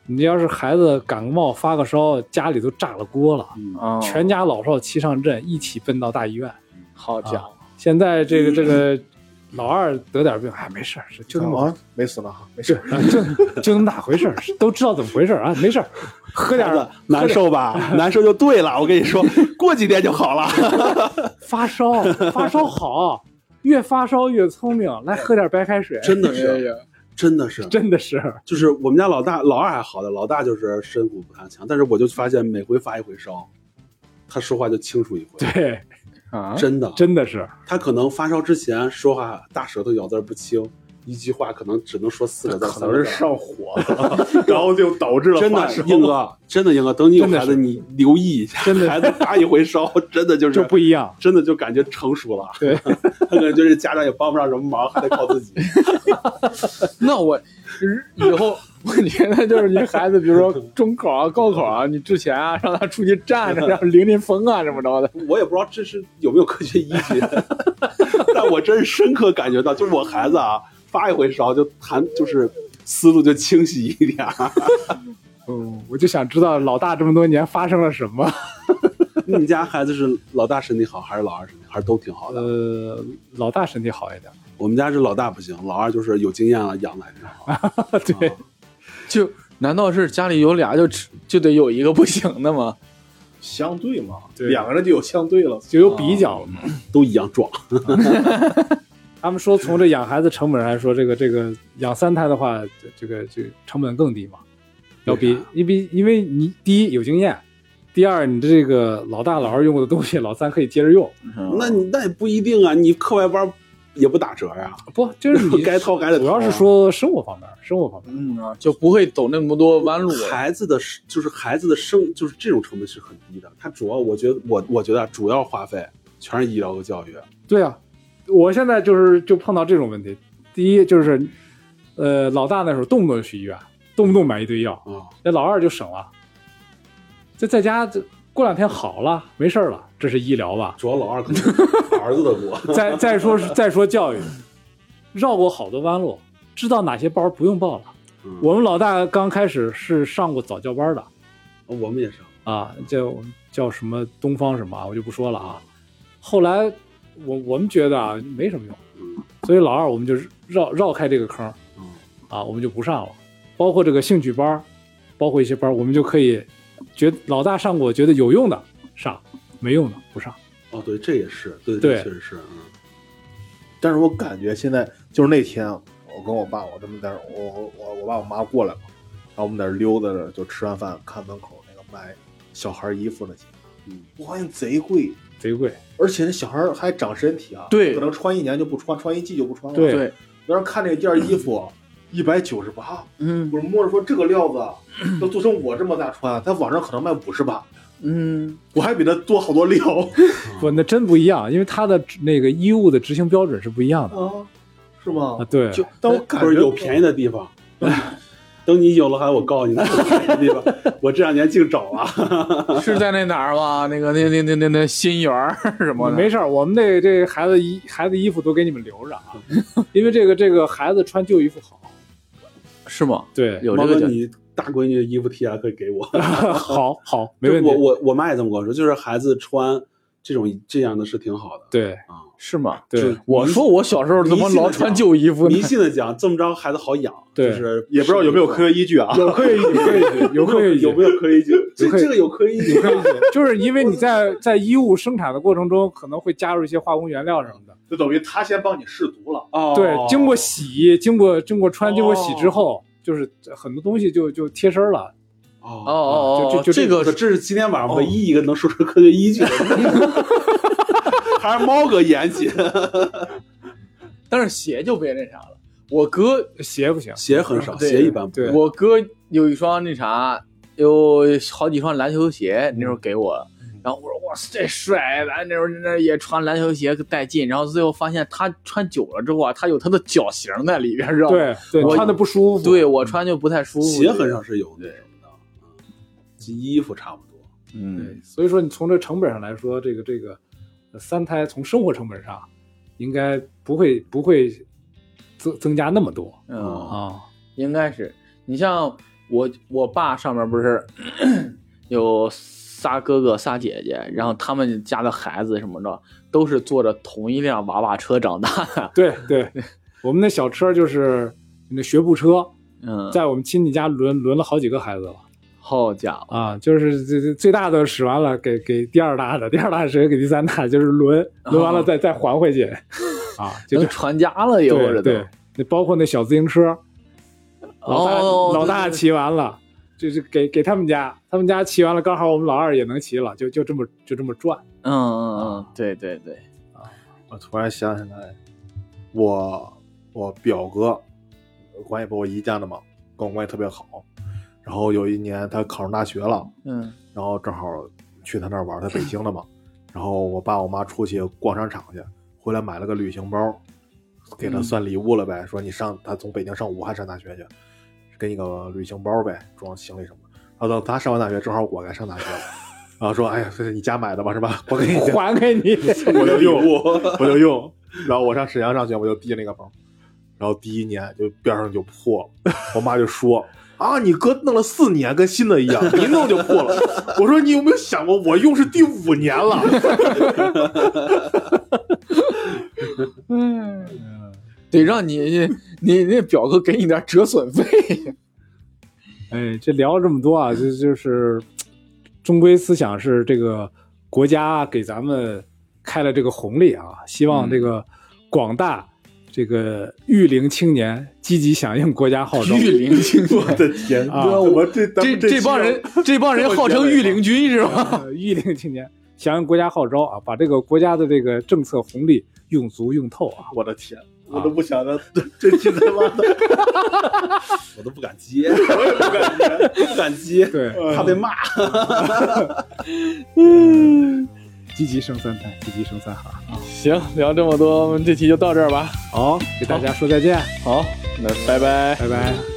你要是孩子感个冒、发个烧，家里都炸了锅了，嗯啊，全家老少齐上阵，一起奔到大医院。好家伙，现在这个这个老二得点病，哎，没事儿，是就那么啊，没死呢哈，没事。啊就就那么大回事儿，是都知道怎么回事儿啊，没事儿，喝点孩子儿难受吧？难受就对了，我跟你说，过几天就好了。发烧，发烧好，越发烧越聪明，来喝点白开水，真的哎 是，呀真的是，真的是就是我们家老大，老二还好的，老大就是身骨不太强，但是我就发现每回发一回烧，他说话就清楚一回。对，啊，真的，真的是他可能发烧之前说话大舌头咬字儿不清，一句话可能只能说四个字，可三能个是字。上火 了，然后就导致了真发的烧，英哥，真的英哥，等你有真的孩子，是你留意一下，真的孩子发一回烧，真的就是就不一样，真的就感觉成熟 了。对，他可能就是家长也帮不上什么忙，还得靠 自己。那我以后我觉得就是你孩子，比如说中考啊、高考啊，你之前啊，让他出去站着，让淋淋风啊，怎么着的，我也不知道这是有没有科学依据， 但我真是深刻感觉到，就是我孩子啊，发一回烧就谈，就是思路就清晰一点儿。嗯，我就想知道老大这么多年发生了什么。 你们家孩子是老大身体好，还是老二身体好，还是都挺好的？呃，老大身体好一点， 我们家是老大不行，老二就是有经验了，养的还挺 好。对， 就难道是家里有俩就只就得有一个不行的 吗？相对嘛，对两个人就有相对了。就有比较了嘛。都一样 壮。他们说从这养孩子成本来说，这个这个养三胎的话，这这个这个成本更低嘛，要为比啥因为因为你第一有经验，第二你这个老大老二用过的东西，老三可以接着用。嗯那你那也不一定啊，你课外班也不打折呀、不，就是你 该掏还得掏啊。主要是说生活方面，生活方面，嗯啊，就不会走那么多弯路了。孩子的是就是孩子的生就是这种成本是很低的，他主要我觉得我我觉得啊主要花费全是医疗和教育。对啊，我现在就是就碰到这种问题，第一就是，呃，老大那时候动不动就去医院，动不动买一堆药，啊，那老二就省了，这在家这过两天好了，没事儿了，这是医疗吧？主要老二可能是儿子的锅，再再说是再说教育，绕过好多弯路，知道哪些包不用报了。嗯我们老大刚开始是上过早教班的我们也是，啊，叫叫什么东方什么啊，我就不说了啊。后来我我们觉得啊没什么用，嗯所以老二我们就绕绕开这个坑嗯，啊，我们就不上了。包括这个兴趣班儿，包括一些班儿，我们就可以觉老大上过觉得有用的上，没用的不上。哦，对，这也是，对对这确实是，嗯，但是我感觉现在就是那天啊，我跟我爸，我这么在那儿我我我爸我妈过来嘛，然后我们在那儿溜达着，就吃完饭看门口那个卖小孩衣服那些，嗯，我发现贼贵，贼贵，而且那小孩还长身体啊，对可能穿一年就不穿，穿一季就不穿了。对对，当时看那件衣服啊一百九十八，嗯我摸着说这个料 子啊要做成我这么大穿，在网上可能卖五十八，嗯，我还比他多好多 料不，那真不一样，因为它的执那个衣物的执行标准是不一样的啊，是吗啊。？对，就但我感不觉是有便宜的地方。哎等你有了孩子，我告诉你，那有便宜的地方，我这两年净找啊。 是在那哪儿吗？那个那那那那那新园儿什么的，没事儿，我们那这个孩子衣孩子衣服都给你们留着啊， 因为这个这个孩子穿旧衣服好，是吗？对，有猫这个哥，讲，你大闺女的衣服替还可以给我。好好没问题，我我我妈也这么跟我说，就是孩子穿这种这样的是挺好的。对是吗？对我说我小时候他妈老穿旧衣服呢迷，信的讲，这么着孩子好养，对就是也不知道有没有科学依据啊。有科学依据，有科学依据，有科学依据有没有科学依据？这有科学这个有科学依据有，科学依据，就是因为你在在衣物生产的过程中，可能会加入一些化工原料什么的，就等于他先帮你试毒了。哦 对，经过洗，经过经过穿，经过洗之后，就是很多东西就就贴身了， 哦哦，哦就哦，就就这个可这是今天晚哦上唯一一个能说出科学依 据的，还是猫哥严 谨。但是鞋就别那啥了。我哥鞋不行，鞋很少，对鞋一般不对我哥有一双那啥，有好几双篮球鞋，那时候给我。然后我说哇塞，这帅！完那时候那也穿篮球鞋带劲，然后最后发现他穿久了之后啊，他有他的脚型在里边，知道吗？对对，啊我穿的不舒服，对我穿就不太舒服。鞋很少是有那什么的，嗯衣服差不多。 嗯对，所以说你从这成本上来说，这个这个呃三胎从生活成本上应该不会不会增增加那么多嗯，啊。应该是。你像我，我爸上面不是 有仨哥哥仨姐姐，然后他们家的孩子什么的，都是坐着同一辆娃娃车长大的。啊 对对，我们那小车就是那学步车，嗯，在我们亲戚家轮轮了好几个孩子了好家伙，啊，就是这这最大的使完了给给第二大的，第二大谁给第三大，就是轮轮完了再、再还回去 啊，就哦能这传家了又对这都。对，那包括那小自行车，老大、哦老大对对骑完了，就是给给他们家，他们家骑完了，刚好我们老二也能骑了，就就这么就这么转。 嗯嗯嗯，对对对，我突然想起来，我我表哥关系不我姨家的嘛，跟我关系特别好。然后有一年他考上大学了，嗯然后正好去他那儿玩，他北京的嘛。然后我爸我妈出去逛商场去，回来买了个旅行包，给他算礼物了呗。说你上他从北京上武汉上大学去，给你个旅行包呗，装行李什么的。然后等他上完大学，正好我该上大学了。然后说：“哎呀，这是你家买的吧，是吧？我给你还给你， 我就用， 我就用。然后我上沈阳上学，我就提那个包，然后第一年就边上就破了，我妈就说。啊！你哥弄了四年，跟新的一样，一弄就破了。我说你有没有想过，我用是第五年 了。得让你你你那表哥给你点折损费。哎，这聊了这么多啊，就就是终归思想是这个国家给咱们开了这个红利啊，希望嗯这个广大这个育龄青年积极响应国家号召。御林军，我的天啊哥，我这咱这们这期帮人这帮人号称御林军是吧？呃 育龄青年响应国家号召啊，把这个国家的这个政策红利用足用透啊。我的天，我都不想到这这期他妈的，我都不敢接，我也不敢接，不对，敢接，怕被骂。积极生三胎，积极生三孩儿。行，聊这么多，我们这期就到这儿吧。好，给大家说再见，好，那拜拜。拜拜。